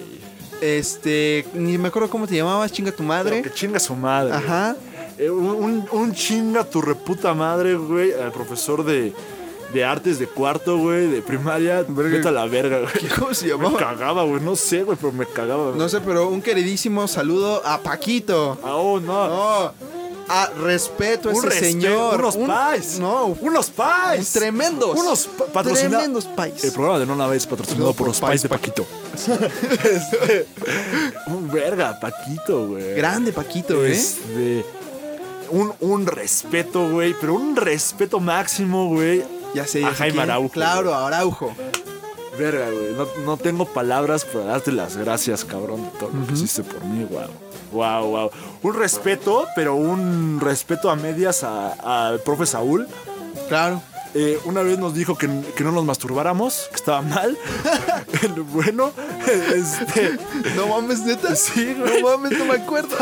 Este, ni me acuerdo cómo te llamabas, chinga tu
Pero
madre.
Que chinga su madre. güey.
Ajá.
Eh, un, un- un chinga tu reputa madre, güey, al profesor de, de artes de cuarto, güey, de primaria.
Verga.
Vete a la verga, güey.
¿Cómo
[laughs]
se
Me
llamaba?
cagaba, güey. No sé, güey, pero me cagaba. güey.
No sé, pero un queridísimo saludo a Paquito.
Ah, oh, no.
No, a respeto a
Un
ese
respeto,
señor.
Unos
Un-
pais.
No,
Unos pais.
tremendos.
Unos pa- patrocina- Eh,
Tremendos pais.
El programa de No la Vez patrocinado por los pais de
[laughs]
Paquito. [laughs] Este, un verga, Paquito, güey.
grande Paquito, ¿eh?
Este, un, un respeto, güey, pero un respeto máximo, güey.
Ya sé. ya
A
sé
Jaime
quién.
Araujo.
Claro, Araujo.
Verga, güey. No, no tengo palabras para darte las gracias, cabrón, de todo lo que hiciste por mí, wow. Wow, wow. Un respeto, pero un respeto a medias a- al profe Saúl.
Claro.
Eh, una vez nos dijo que, que no nos masturbáramos, que estaba
[laughs]
mal. [laughs] bueno, este,
No mames,
[laughs]
neta.
Sí,
no
güey.
mames, no me acuerdo.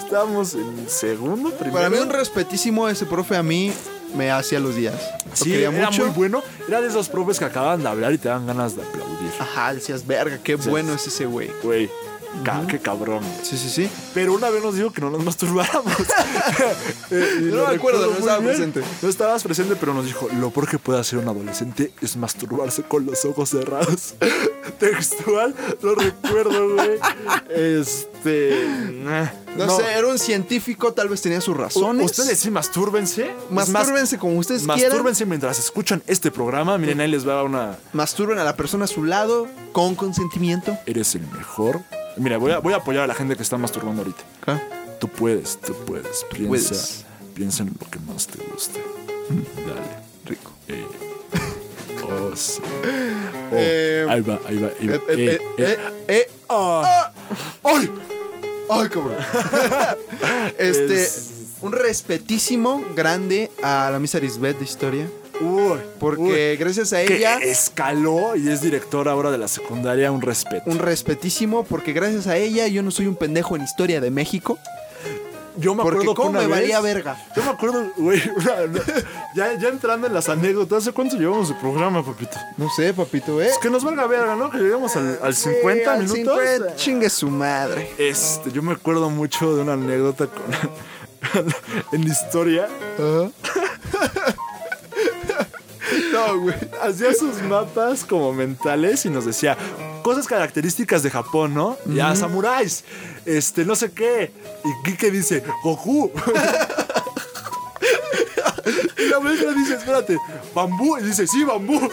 estábamos en segundo, primero.
Para mí, un respetísimo ese profe a mí me hacía los días. Lo
Sí,
quería
era
mucho.
muy bueno. Era de esos profes que acaban de hablar y te dan ganas de aplaudir.
Ajá, decías, verga, qué bueno es ese güey.
Güey, ca- qué cabrón.
Sí, sí, sí.
Pero una vez nos dijo que no nos masturbáramos.
[laughs]
Eh, y
No
lo
me
recuerdo
acuerdo, no
muy
estaba
bien.
presente.
No estabas presente, pero nos dijo, lo peor que puede hacer un adolescente es masturbarse con los ojos cerrados. [laughs] Textual, lo recuerdo, güey. Este... nah,
No, sé, era un científico, tal vez tenía sus razones.
Ustedes sí, mastúrbense. Es más,
Mastúrbense como ustedes quieran.
Mastúrbense mientras escuchan este programa. Miren, ahí les va una...
Masturben a la persona a su lado con consentimiento.
Eres el mejor. Mira, voy a, voy a apoyar a la gente que está masturbando ahorita. Tú puedes, tú puedes. Piensa,
puedes. Mm.
piensa en lo que más te guste. Dale.
Rico.
Eh. Oh, sí. Oh,
Eh,
ahí va, ahí va. ahí va.
Eh, eh, eh, eh, eh.
Ah.
¡Ay! ¡Ay,
[laughs]
cabrón! este,
Es-
un respetísimo grande a la misa Lisbeth de historia.
Uy,
Porque gracias a
uy, que
ella.
escaló y es directora ahora de la secundaria. Un respeto.
Un respetísimo, porque gracias a ella yo no soy un pendejo en historia de México.
Yo me
Porque
acuerdo
cómo
que una
me valía
vez-
verga.
Yo me acuerdo, güey, [laughs] una- una- ya, ya entrando en las anécdotas, ¿hace cuánto llevamos de programa, papito?
No sé, papito, ¿eh?
Es que nos valga verga, ¿no? Que lleguemos al, al 50
Sí, al
minutos.
50, chingue su madre.
Este, yo me acuerdo mucho de una anécdota con, [laughs] en historia.
No, güey.
Hacía sus mapas como mentales y nos decía cosas características de Japón, ¿no? Ya, samuráis, este, no sé qué. Y Kike dice, Goku. [laughs] y la maestra dice, espérate, bambú. Y dice, sí, bambú. [laughs]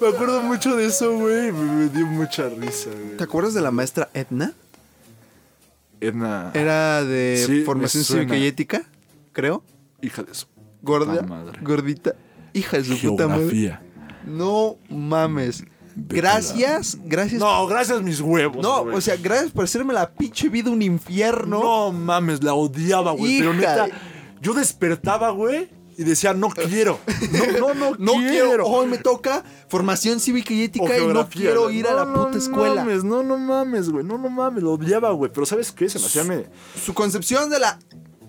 me acuerdo mucho de eso, güey. Me, me dio mucha risa, güey.
¿Te acuerdas de la maestra Edna?
Edna,
Era de
Sí, me
formación
suena.
cívica y ética, creo.
hija de su
Gorda,
puta madre.
gordita. Hija de su puta madre.
Geografía. Mm,
No mames.
Vete
Gracias, gracias.
No, gracias mis huevos.
No,
Pues, güey.
o sea, gracias por hacerme la pinche vida un infierno.
No mames, la odiaba, güey. Pero
Hija
neta, yo despertaba, güey, y decía, no quiero. No, no, no,
[laughs] No quiero.
quiero.
Hoy me toca formación cívica y
O
ética y no
geografía,
quiero
güey.
ir a la
No,
puta escuela.
No, mames, no, no mames, güey. No, no mames, lo odiaba, güey. Pero ¿sabes qué? Se me hacía me-
Su concepción de la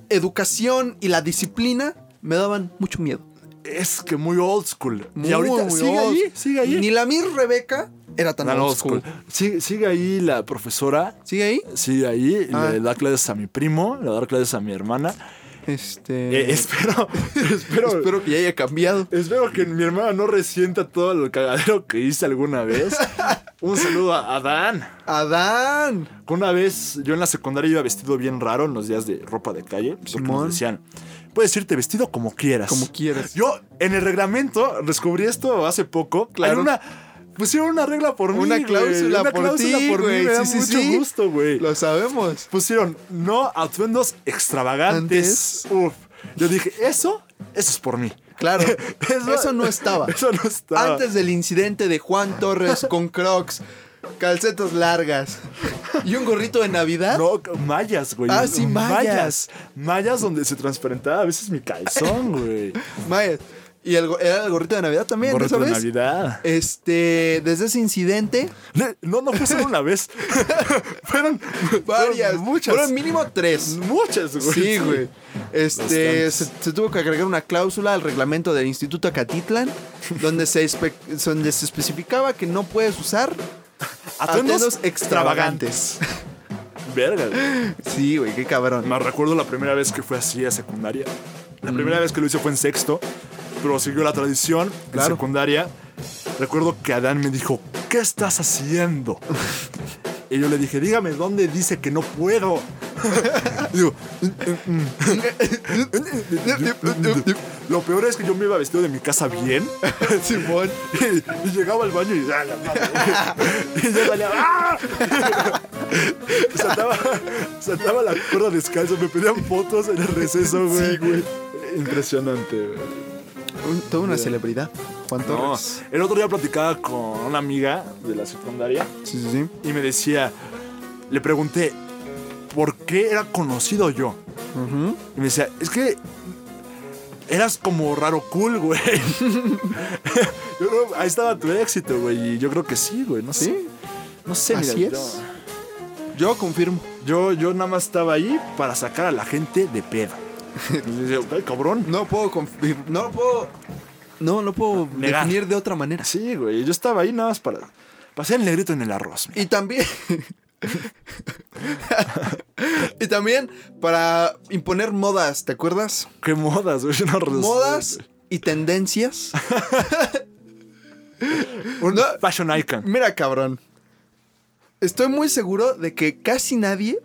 educación y la disciplina me daban mucho miedo.
Es que muy old school.
Muy,
y ahorita
muy
sigue
old
ahí,
school.
sigue ahí.
Ni la Miss Rebeca era tan
Tan
old school.
Sigue, sigue ahí la profesora.
¿Sigue ahí?
Sigue ahí.
Ah.
Le da clases a mi primo, le da clases a mi hermana.
Este.
Eh, espero, [laughs] espero,
espero que ya haya cambiado.
Espero que mi hermana no resienta todo el cagadero que hice alguna
[laughs]
vez. Un saludo a Dan.
Adán.
Una vez yo en la secundaria iba vestido bien raro en los días de ropa de calle. pues, Porque
Simón.
nos decían, puedes irte vestido como quieras.
Como quieras.
Yo en el reglamento descubrí esto hace poco.
Claro.
Hay una, pusieron una regla por mí.
Una
güey.
cláusula
Una
por
cláusula
ti,
por mí.
güey.
Me da
Sí, sí,
mucho
sí.
gusto, güey
Lo sabemos.
pusieron no atuendos extravagantes. Uf. Yo dije, eso, eso es por mí.
Claro. [laughs] Eso no
[laughs]
estaba.
Eso no estaba.
Antes del incidente de Juan
[laughs]
Torres con Crocs, calcetas largas y un gorrito de [laughs] Navidad.
No, mallas, güey.
Ah, sí, mallas.
Mallas, Mallas donde se transparentaba a veces mi calzón,
[laughs]
güey.
Maya, Y el, go- era el gorrito de Navidad también, ¿no
Gorrito de
sabes?
Navidad.
Este, desde ese incidente,
Le- No, no fue solo una vez. [laughs] fueron
varias,
fueron muchas.
fueron mínimo tres.
muchas, güey.
Sí, güey. Este,
Bastantes.
se, se tuvo que agregar una cláusula al reglamento del
[laughs]
Instituto Acatitlan, donde se, espe- donde se especificaba que no puedes usar
Atuendos,
atuendos extravagantes.
Verga, güey.
Sí, güey, qué cabrón.
Me recuerdo la primera vez que fue así a secundaria. La primera vez que lo hice fue en sexto, pero siguió la tradición en
Claro.
secundaria. Recuerdo que Adán me dijo, ¿qué estás haciendo? y yo le dije, dígame dónde dice que no [laughs] puedo. Digo, Lo peor es que yo me iba vestido de mi casa bien.
[laughs] Simón.
Y, y llegaba al baño y. ¡ah, la madre!
[laughs]
y yo salía. ¡ah! [laughs] saltaba, saltaba la cuerda descalzo. Me pedían fotos en el receso, güey.
Sí, güey.
Impresionante, güey.
Un- toda una celebridad. Juan
No,
Torres.
el otro día platicaba con una amiga de la secundaria
Sí, sí, sí.
y me decía, le pregunté, ¿por qué era conocido yo? Y me decía, es que eras como raro cool, güey. [laughs] Yo creo- ahí estaba tu éxito, güey, y yo creo que sí, güey, no sé.
Sí.
No sé,
Así
mira,
es. Yo confirmo.
Yo, yo, yo nada más estaba ahí para sacar a la gente de
[laughs]
pedo. Y yo, "Ay, cabrón.
No puedo confirmar. No puedo. No, no puedo
Negar.
definir de otra manera.
Sí, güey, yo estaba ahí nada más para... Pasé el negrito en el arroz.
Y también. [laughs] y también para imponer modas, ¿te acuerdas?
¿Qué modas, güey? [laughs] Yo no recuerdo.
Modas
[laughs]
y tendencias. No,
Fashion Icon.
mira, cabrón. Estoy muy seguro de que casi nadie,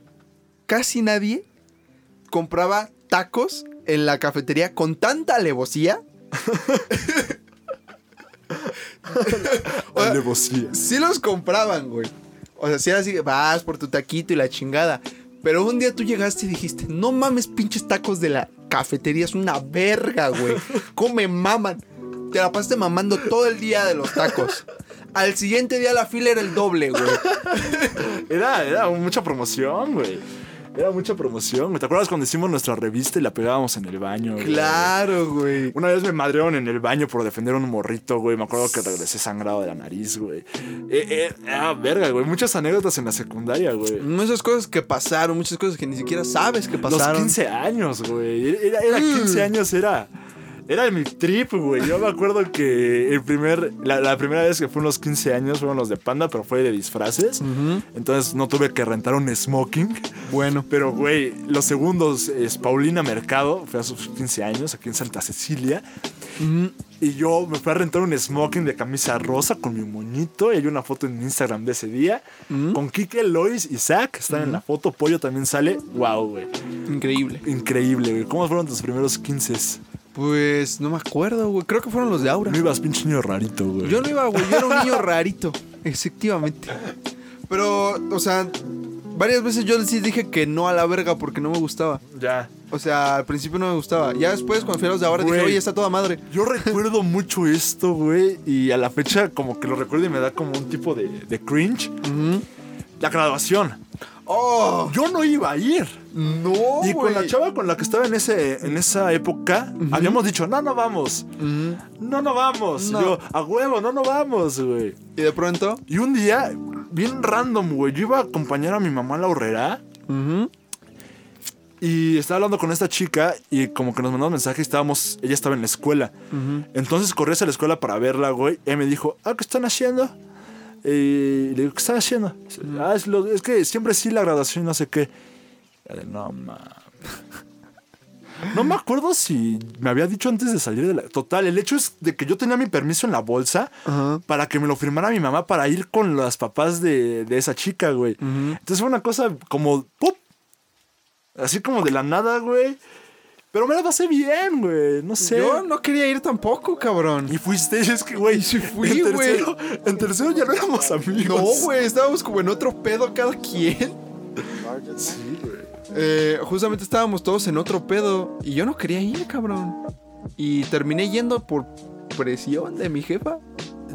casi nadie compraba tacos en la cafetería con tanta alevosía. Ah.
Alevosía.
Sí los compraban, güey. O sea, si era así, vas por tu taquito y la chingada. Pero un día tú llegaste y dijiste, no mames, pinches tacos de la cafetería, es una verga, güey. ¿Cómo me maman? Te la pasaste mamando todo el día de los tacos. Al siguiente día la fila era el doble, güey.
Era, era mucha promoción, güey. Era mucha promoción. güey. ¿Te acuerdas cuando hicimos nuestra revista y la pegábamos en el baño? güey?
[laughs] Claro, güey.
Una vez me madrearon en el baño por defender un morrito, güey. Me acuerdo que regresé sangrado de la nariz, güey. Eh, eh, ah, verga, güey. Muchas anécdotas en la secundaria, güey.
Muchas cosas que pasaron, muchas cosas que ni siquiera sabes que
Los
pasaron. Mm.
15 años, güey. Era, era 15 años, era. Era mi trip, güey. Yo me acuerdo que el primer, la, la primera vez que fueron los 15 años fueron los de Panda, pero fue de disfraces. Entonces no tuve que rentar un smoking.
Bueno.
Pero, güey, los segundos es Paulina Mercado, fue a sus 15 años, aquí en Santa Cecilia. Y yo me fui a rentar un smoking de camisa rosa con mi moñito. Y hay una foto en Instagram de ese día. Con Kike, Lois y Zach están en la foto. Pollo también sale. Wow, güey.
Increíble.
Increíble, güey. ¿Cómo fueron tus primeros 15?
Pues no me acuerdo, güey. Creo que fueron los de Aura.
No ibas pinche niño rarito, güey.
Yo no iba, güey. Yo era un niño rarito. Efectivamente. Pero, o sea, varias veces yo sí dije que no a la verga porque no me gustaba.
Ya.
O sea, al principio no me gustaba. Ya después, cuando fui a los de ahora, dije,
Güey.
oye, está toda madre.
Yo recuerdo mucho esto, güey. Y a la fecha, como que lo recuerdo y me da como un tipo de, de cringe. La graduación.
¡Oh!
Yo no iba a ir.
¡No!
Y con
güey.
la chava con la que estaba en, ese, en esa época, habíamos dicho, no, no vamos. No, no vamos.
No.
Yo, a huevo, no, no vamos, güey.
Y de pronto.
Y un día, bien random, güey, yo iba a acompañar a mi mamá a la horrera. Y estaba hablando con esta chica y como que nos mandó un mensaje y estábamos, ella estaba en la escuela. Entonces corrí hacia la escuela para verla, güey. Y me dijo, ah, ¿qué están haciendo? Y le digo, ¿qué están haciendo? Dice, Ah, es, lo- es que siempre sí la graduación y no sé qué. Y yo de, no, mames. No me acuerdo si me había dicho antes de salir de la... Total, el hecho es de que yo tenía mi permiso en la bolsa
Ajá.
para que me lo firmara mi mamá para ir con los papás de, de esa chica, güey. Entonces fue una cosa como... ¡pup! Así como de la nada, güey. Pero me la pasé bien, güey. No sé.
Yo no quería ir tampoco, cabrón.
Y fuiste, [laughs] es que, güey.
Y sí fui,
en
güey.
tercero- En tercero ya no éramos amigos.
No, güey, estábamos como en otro pedo cada quien.
Sí, güey.
Eh, justamente estábamos todos en otro pedo y yo no quería ir, cabrón. Y terminé yendo por presión de mi jefa.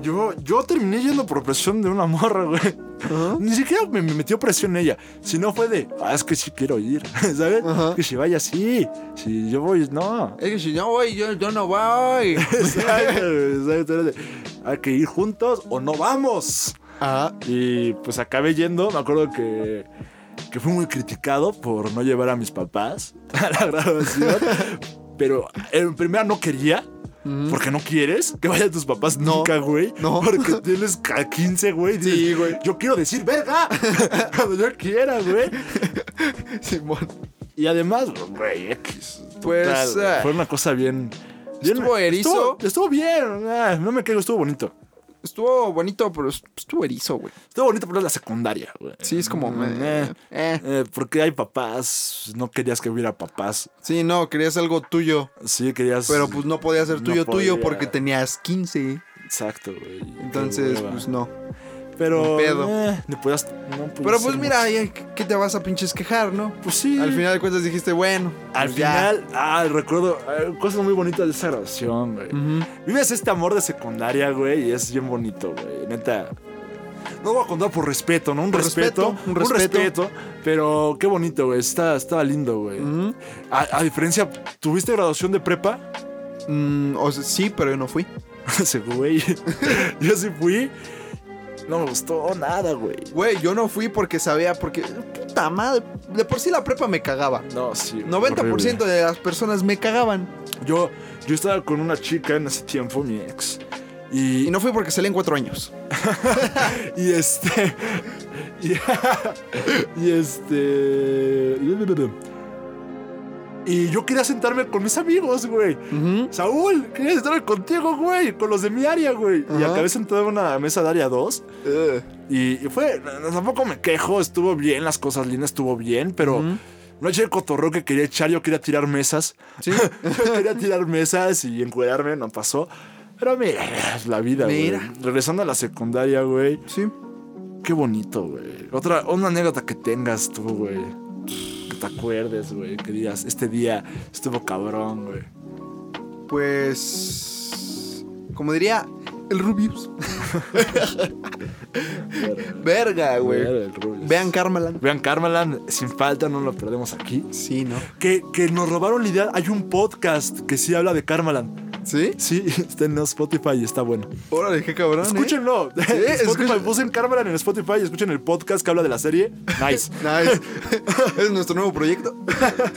Yo, yo terminé yendo por presión de una morra, güey.
Ajá.
Ni siquiera me, me metió presión ella. Si no fue de, ah, es que sí quiero ir, [laughs] ¿sabes?
Ajá.
Que si vaya sí. Si yo voy,
[laughs]
no.
Es que si no voy, yo, yo no
[laughs]
voy.
Exacto, exacto, era de, Hay que ir juntos o no vamos.
ah,
Y pues acabé yendo. Me acuerdo que, que fui muy criticado por no llevar a mis papás [laughs] a la graduación. pero en primera no quería. Porque no quieres que vayan tus papás
No,
nunca, güey.
no.
[laughs] Porque tienes ca- 15, güey.
Sí,
dices,
güey.
Yo quiero decir verga [laughs] cuando yo quiera, güey.
Simón.
Y además, güey, X.
Pues,
total, güey,
ah,
fue una cosa bien. bien-
estuvo erizo.
eh, Estuvo, estuvo bien. ah, no me caigo, estuvo bonito.
estuvo bonito, pero estuvo erizo, güey.
Estuvo bonito, pero es la secundaria, güey.
Sí, es como,
Mm,
eh, eh.
eh, porque hay papás. No querías que hubiera papás.
Sí, no, querías algo tuyo.
Sí, querías.
Pero pues no podía ser
No
tuyo, tuyo,
podía.
porque tenías 15.
Exacto, güey. Qué
Entonces,
hueva.
pues no.
Pero.
ni pedo.
eh, le podías- no
Pero
podías
pues
hacer
mira,
mucho.
ay, ¿qué te vas a pinches quejar, no?
Pues sí.
Al final de cuentas dijiste, bueno.
Al
pues, ya.
final, ah, recuerdo eh, cosas muy bonitas de esa grabación, güey. Vives este amor de secundaria, güey, y es bien bonito, güey. Neta. No voy a contar por respeto, ¿no? Un
Por
respeto,
respeto,
Un
un
respeto.
respeto.
Pero qué bonito, güey. Está, estaba lindo, güey. a, a diferencia, ¿tuviste graduación de prepa? [laughs]
Mm, o sea, sí, pero yo no fui.
Ese güey. [laughs] Yo sí fui. No me gustó nada, güey.
Güey, yo no fui porque sabía, porque. Puta madre. De por sí la prepa me cagaba.
No, sí. güey,
90%
horrible.
de las personas me cagaban.
Yo, yo estaba con una chica en ese tiempo, mi ex. Y,
Y no fui porque salí en cuatro años.
Y este. [laughs] Y, y [laughs] este. Y yo quería sentarme con mis amigos, güey. Saúl, quería sentarme contigo, güey. Con los de mi área, güey. Y
Ajá.
acabé sentado en una mesa de área 2.
Eh,
Y, y fue. no, no, Tampoco me quejo, estuvo bien, las cosas lindas, estuvo bien, pero. No eché el cotorreo que quería echar, yo quería tirar
[laughs]
mesas.
Sí.
Yo quería tirar mesas y encuadrarme, no pasó. Pero mira, es la vida, güey.
Mira.
Regresando a la secundaria, güey.
sí.
Qué bonito, güey. Otra, una anécdota que tengas tú, güey. Que te acuerdes, güey. Que digas, este día estuvo cabrón, güey.
Pues. Como diría el Rubius. Verga, güey. Vean Carmelan.
Vean Carmelan, sin falta, no lo perdemos aquí.
Sí, ¿no?
Que, que nos robaron la idea. Hay un podcast que sí habla de Carmelan.
¿Sí?
Sí, [laughs] está en Spotify y está bueno.
Órale, qué cabrón. ¿eh?
Escúchenlo. [laughs] Spotify,
escuchen-
Busquen Carmelan en Spotify y escuchen el podcast que habla de la
[laughs]
serie. Nice.
Nice. es [laughs] nuestro nuevo proyecto.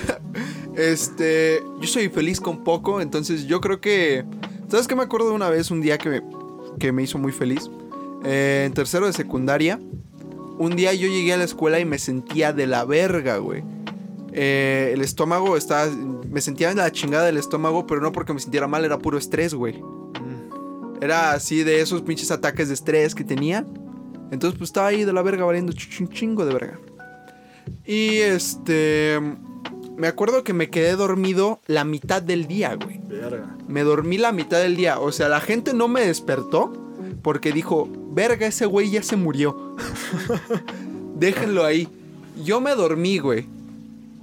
[laughs] este, yo soy feliz con poco, entonces yo creo que... ¿Sabes qué me acuerdo de una vez, un día que me, que me hizo muy feliz? Eh, en tercero de secundaria, un día yo llegué a la escuela y me sentía de la verga, güey. Eh, el estómago estaba... Me sentía en la chingada del estómago, pero no porque me sintiera mal, era puro estrés, güey. Era así de esos pinches ataques de estrés que tenía. Entonces, pues estaba ahí de la verga valiendo ch- un chingo de verga. Y este. Me acuerdo que me quedé dormido la mitad del día, güey.
Verga.
Me dormí la mitad del día. O sea, la gente no me despertó porque dijo: Verga, ese güey ya se murió. [laughs] Déjenlo ahí. Yo me dormí, güey.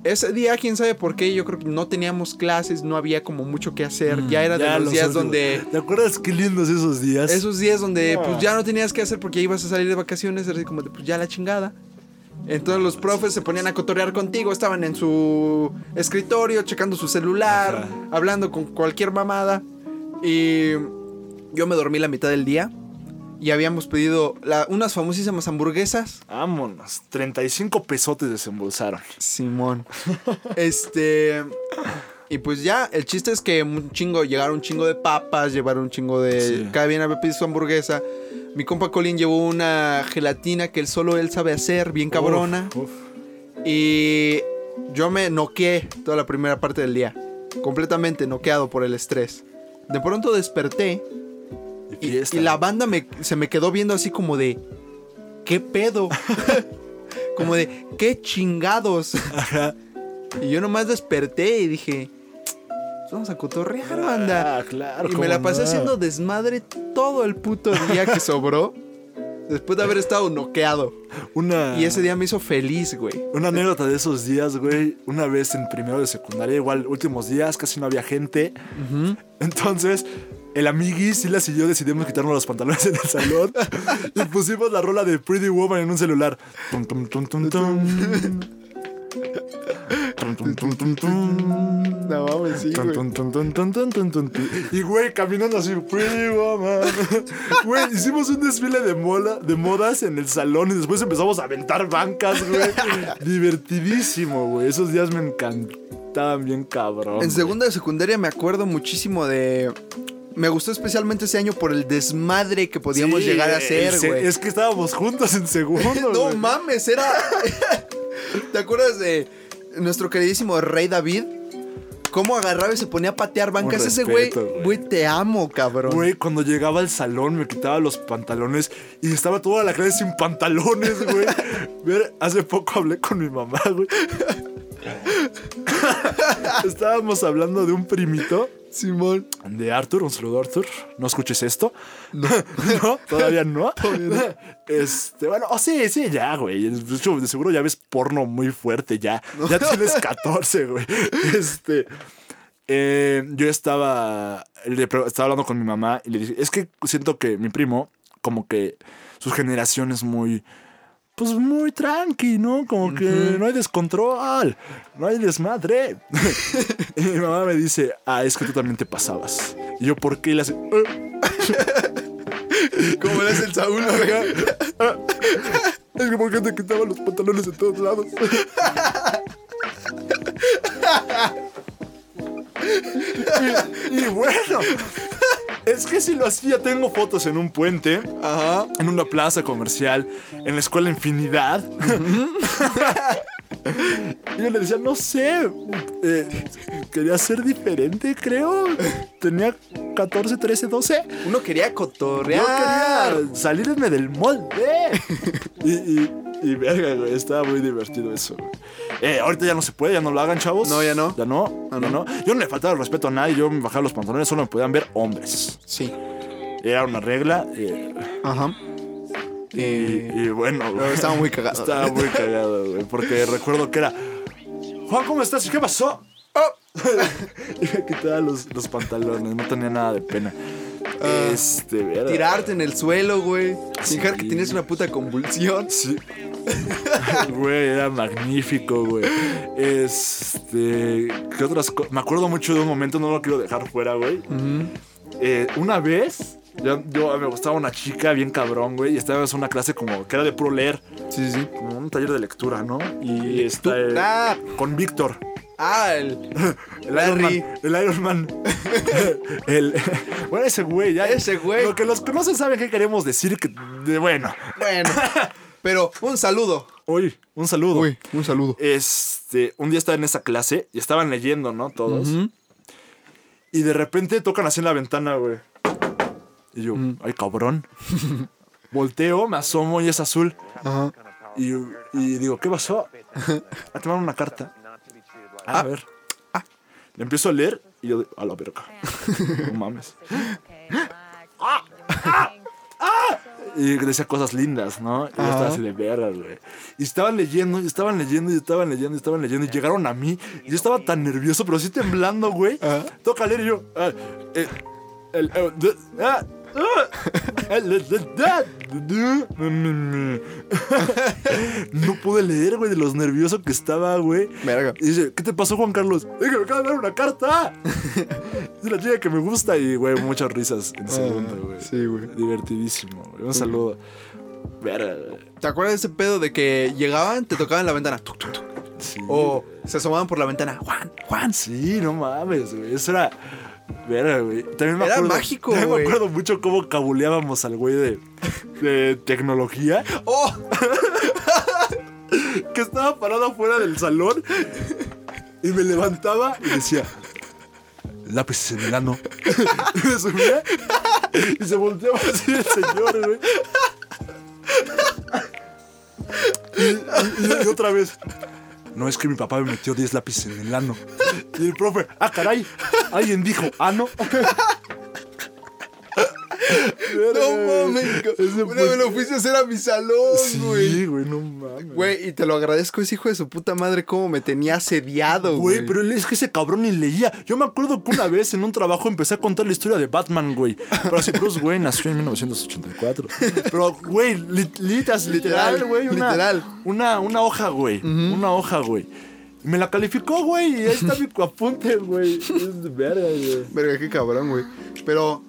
Ese día, quién sabe por qué, yo creo que no teníamos clases, no había como mucho que hacer. Mm, ya era de los, días
últimos.
donde.
¿Te acuerdas qué lindos esos días?
Esos días donde
No.
pues ya no tenías que hacer porque ya ibas a salir de vacaciones, era así como de, pues ya la chingada. Entonces los profes se ponían a cotorrear contigo, estaban en su escritorio, checando su celular,
Ajá.
hablando con cualquier mamada. Y yo me dormí la mitad del día y habíamos pedido la- unas famosísimas hamburguesas.
Vámonos, 35 pesotes desembolsaron.
Simón. este. Y pues ya, el chiste es que un chingo, llegaron un chingo de papas, llevaron un chingo de.
Sí.
Cada bien había pedido su hamburguesa. Mi compa Colin llevó una gelatina que él solo él sabe hacer, bien cabrona.
Uf, uf.
Y yo me noqueé toda la primera parte del día. Completamente noqueado por el estrés. De pronto desperté
Y,
y, y la banda me- se me quedó viendo así como de.
[laughs]
¿Qué pedo? como de. ¿Qué chingados? Y yo nomás desperté y dije. "Pues Vamos a cotorrear, banda.
Ah, claro.
y
cómo
me la pasé
no.
haciendo desmadre todo el puto día que sobró. después de haber estado noqueado.
una,
Y ese día me hizo feliz, güey.
una anécdota de esos días, güey. Una vez en primero de secundaria, igual, últimos días, casi no había gente. Entonces, el amiguis, Silas y yo decidimos quitarnos los pantalones en el [laughs] salón y pusimos la rola de Pretty Woman en un celular. Tum, tum, tum, tum, tum. Tum, tum, tum, tum, tum.
No mames, sí,
Tun, tun, tun, tun, tun, tun, tun, tun, tun. Y güey, caminando así, pretty woman. Güey, hicimos un desfile de, mola, de modas en el salón y después empezamos a aventar bancas, güey. Divertidísimo, güey. Esos días me encantaban bien cabrón.
En
güey.
segunda de secundaria me acuerdo muchísimo de. Me gustó especialmente ese año por el desmadre que podíamos
Sí,
llegar
el
a hacer,
se-
güey.
Es que estábamos juntos en segundo.
[laughs] No
güey.
mames, [laughs] era. ¿Te acuerdas de nuestro queridísimo Rey David? cómo agarraba y se ponía a patear bancas.
Con
Ese güey,
respeto, güey.
güey, te amo, cabrón.
Güey, cuando llegaba al salón me quitaba los pantalones y estaba toda la clase sin pantalones, güey. Ver, hace poco hablé con mi mamá, güey. Estábamos hablando de un primito
Simón.
de Arthur, un saludo Arthur. No escuches esto. No, [laughs] no [laughs] todavía no. Este, bueno, oh, sí, sí, ya, güey. De hecho, de seguro ya ves porno muy fuerte, ya. Ya tienes 14, [laughs] güey. Este. eh, yo estaba, le pre- estaba hablando con mi mamá y le dije, es que siento que mi primo, como que su generación es muy, pues muy tranqui, ¿no? Como que no hay descontrol, no hay desmadre. [laughs] y mi mamá me dice, ah, es que tú también te pasabas. Y yo, ¿por qué? Y le hace, "Eh".
Como le hace el Saúl, güey.
es que ¿por qué te quitaban los pantalones de todos lados? [laughs] y, y bueno, es que si lo hacía, tengo fotos en un puente.
Ajá.
en una plaza comercial, en la escuela Infinidad. [laughs] y yo le decía, no sé, eh, quería ser diferente, creo. Tenía 14, 13, 12.
Uno quería
Yo
cotorrear.
quería salirme del molde.
[laughs]
y, y, y verga, güey, estaba muy divertido eso. güey. Eh, ahorita ya no se puede, ya no lo hagan, chavos.
No, ya no.
Ya no,
No,
ya
no.
no. Yo no le faltaba el respeto a nadie, yo me bajaba los pantalones, solo me podían ver hombres.
Sí.
Era una regla. eh,
Ajá. Eh,
y, y bueno, güey.
estaba muy cagado.
Estaba muy cagado, güey. Porque recuerdo que era. Juan, ¿cómo estás? ¿Y qué pasó? ¡Ah!" [laughs] y me quitaba los, los pantalones. No tenía nada de pena.
Ah.
este, verga.
Tirarte en el suelo, güey.
Sí.
Fijar que tienes una puta convulsión.
Sí. [laughs] Güey, era magnífico, güey. Este. ¿Qué otras cosas? Me acuerdo mucho de un momento, no lo quiero dejar fuera, güey. Eh, una vez. Yo, yo- me gustaba una chica bien cabrón, güey, y estábamos en una clase como que era de puro leer,
Sí, sí.
como un taller de lectura, ¿no? Y está eh,
Ah,
con Víctor,
ah, [laughs] el.
El Iron
Larry.
Man. El Iron
[laughs]
Man. [laughs] el, [laughs] bueno, ese güey, ya.
Ese güey.
Lo que los que no se saben qué queremos decir, que, de- bueno.
Bueno. Pero un saludo.
Uy, un saludo.
un saludo.
Este, un día estaba en esa clase y estaban leyendo, ¿no? Todos. Y de repente tocan así en la ventana, güey. Y yo, ay, cabrón. Volteo, me asomo y es azul.
Ajá.
Y, y digo, ¿qué pasó? A tomar una carta. A ver. Le empiezo a leer y yo, a la verga. No mames. ¡Ah! ¡Ah! ¡Ah! Y decía cosas lindas, ¿no? Y yo estaba así de verga, güey. Y estaban leyendo, y estaban leyendo, y estaban leyendo, y estaban leyendo. Y llegaron a mí. Y yo estaba tan nervioso, pero sí temblando, güey. Toca leer y yo. ah, eh, el- eh, de- ah, ah, el- el- el- mm, [laughs] no pude leer, güey, de los nervioso que estaba, güey.
Verga.
Y dice, ¿qué te pasó, Juan Carlos? Es que me acaba de dar una carta. es la chica que me gusta. Y, güey, muchas risas en segundo, güey.
Ah, sí, güey.
Divertidísimo, güey. Un saludo. Verga, güey.
¿Te acuerdas de ese pedo de que llegaban, te tocaban la ventana? tuc, tuc, tuc,
Sí.
o se asomaban por la ventana. Juan, Juan.
Sí, no mames, güey. Eso era. Verga, güey. También me
Era
acuerdo,
mágico,
también
güey.
me acuerdo mucho cómo cabuleábamos al güey de, de tecnología.
¡Oh!
que estaba parado afuera del salón y me levantaba y decía lápiz en el ano [laughs] y me subía y se volteaba así el señor güey y, y- y otra vez no es que mi papá me metió 10 lápices en el ano y el profe ah caray alguien dijo ah, ano
No mames.
Ese
Una
fue-
vez lo fuiste a hacer a mi salón, güey.
sí güey no mames
Güey, y te lo agradezco ese hijo de su puta madre cómo me tenía asediado, güey.
Güey, pero él- es que ese cabrón ni leía. Yo me acuerdo que una vez en un trabajo empecé a contar la historia de Batman, güey. Pero así, Bruce Wayne nació en 1984. Pero, güey, lit- litas, literal,
Literal,
güey. Una,
literal.
Una, una hoja, güey. Una hoja, güey. Y me la calificó, güey. Y ahí está mi apunte, güey. Es verga, güey.
Verga, qué cabrón, güey. Pero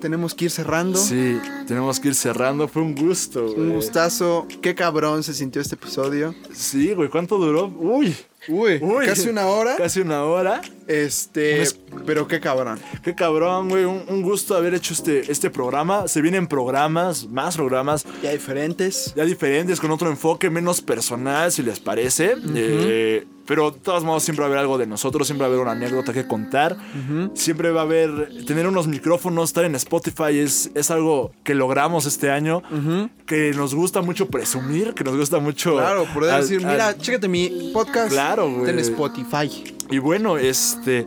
tenemos que ir cerrando.
Sí, tenemos que ir cerrando. Fue un gusto, güey.
Un gustazo. Qué cabrón se sintió este episodio.
Sí, güey. ¿Cuánto duró? Uy.
Uy,
Uy.
casi una hora.
Casi una hora.
Este,
Pues-
pero qué cabrón.
Qué cabrón, güey. Un, un gusto haber hecho este, este programa. Se vienen programas, más programas
Ya diferentes.
ya diferentes, con otro enfoque, menos personal, si les parece. Eh, Pero de todos modos siempre va a haber algo de nosotros, siempre va a haber una anécdota que contar, siempre va a haber tener unos micrófonos, estar en Spotify es, es algo que logramos este año, que nos gusta mucho presumir, que nos gusta mucho
Claro, por
al-
decir,
al-
mira, chécate mi podcast.
Claro, güey.
Está En Spotify.
y bueno, este.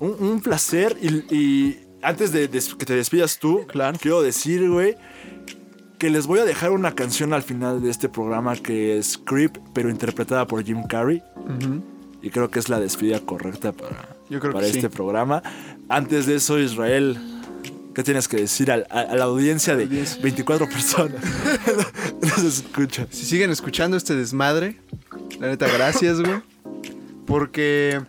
Un, un placer. Y, y antes de, de que te despidas tú,
Claro.
quiero decir, güey, que les voy a dejar una canción al final de este programa que es Creep, pero interpretada por Jim Carrey. Y creo que es la despedida correcta para,
Yo creo
para
que sí.
este programa. Antes de eso, Israel. ¿Qué tienes que decir al- a, a la audiencia de 24 personas? [laughs] Nos escucha.
Si siguen escuchando este desmadre, la [laughs] neta, gracias, güey. Porque,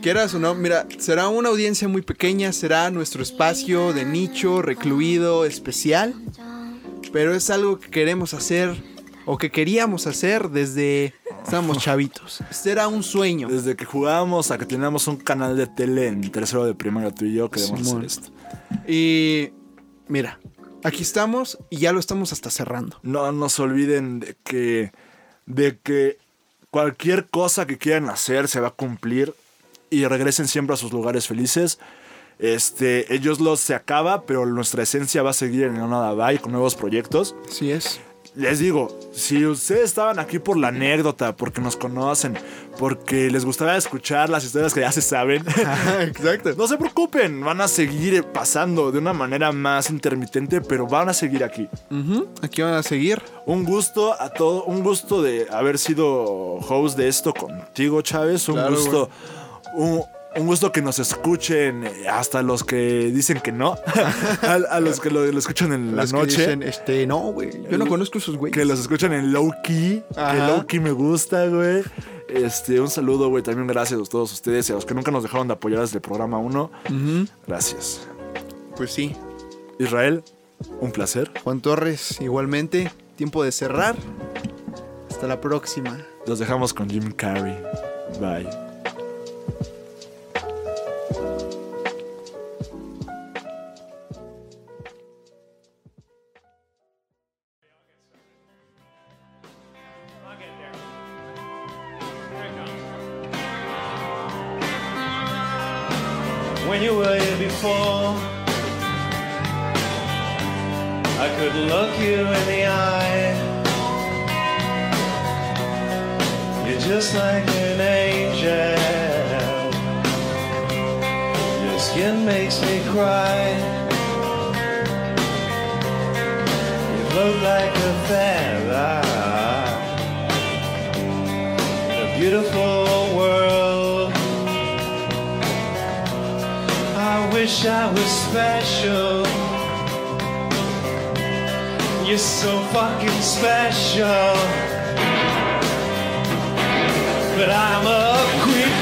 quieras o no, mira, será una audiencia muy pequeña, será nuestro espacio de nicho, recluido, especial. Pero es algo que queremos hacer o que queríamos hacer desde [laughs] estábamos chavitos. Este era un sueño.
Desde que jugábamos a que teníamos un canal de tele en tercero de primaria, tú y yo queremos hacer
Simón.
esto.
Y mira, aquí estamos y ya lo estamos hasta cerrando.
No nos olviden de que, de que cualquier cosa que quieran hacer se va a cumplir y regresen siempre a sus lugares felices. Este, ellos los se acaba, pero nuestra esencia va a seguir en No Nada Bye con nuevos proyectos.
Así [laughs] es.
Les digo, si ustedes estaban aquí por la anécdota, porque nos conocen, porque les gustaba escuchar las historias que ya se saben,
Exacto.
No se preocupen, van a seguir pasando de una manera más intermitente, pero van a seguir aquí.
Ujú, Aquí van a seguir.
Un gusto a todo, un gusto de haber sido host de esto contigo, Chávez. Un
Claro,
gusto, un, un gusto que nos escuchen eh, hasta los que dicen que no, [laughs] a, a los que lo, lo escuchan en la
Los que
noche. Que,
dicen, este, no, güey. Yo no conozco esos güeyes.
los escuchan en low key, que
Ajá.
low key me gusta, güey. Este, un saludo, güey. También gracias a todos ustedes y a los que nunca nos dejaron de apoyar desde el programa 1.
Ujú,
Gracias.
Pues sí.
Israel, un placer.
Juan Torres, igualmente. Tiempo de cerrar. Hasta la próxima.
Los dejamos con Jim Carrey. Bye.
when you were here before. I could look you in the eye. You're just like an angel. Your skin makes me cry. You float like a feather in a beautiful world. I wish I was special. You're so fucking special. But I'm a creep.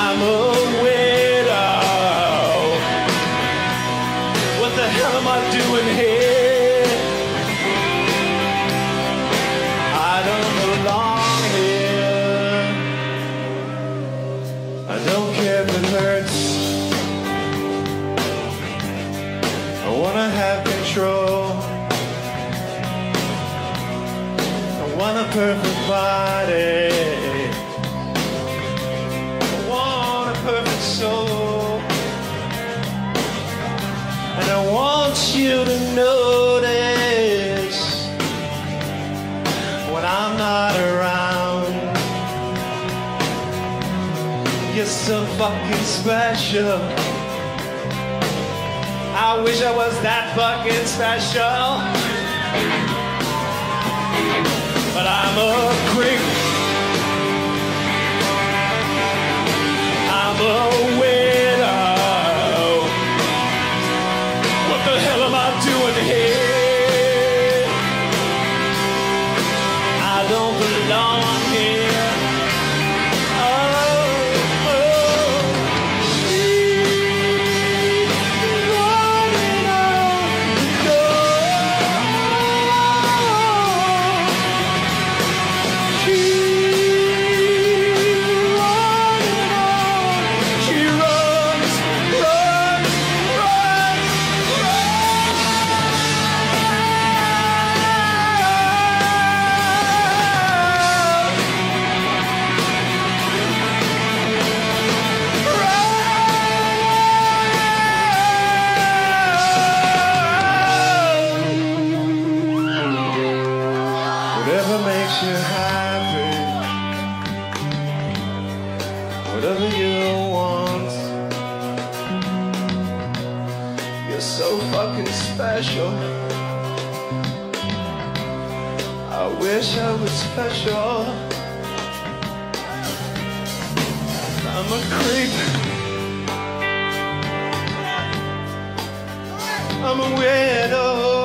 I'm a widow. What the hell am I doing here? I don't belong here. I don't care if it hurts. I wanna have control. I want a perfect body. I want a perfect soul. And I want you to notice when I'm not around. You're so fucking special. I wish I was that fucking special. But I'm a creep. I'm a widow. What the hell am I doing here? I don't belong here. Oh, Keep You're so fucking special. I wish I was special. I'm a creep. I'm a weirdo.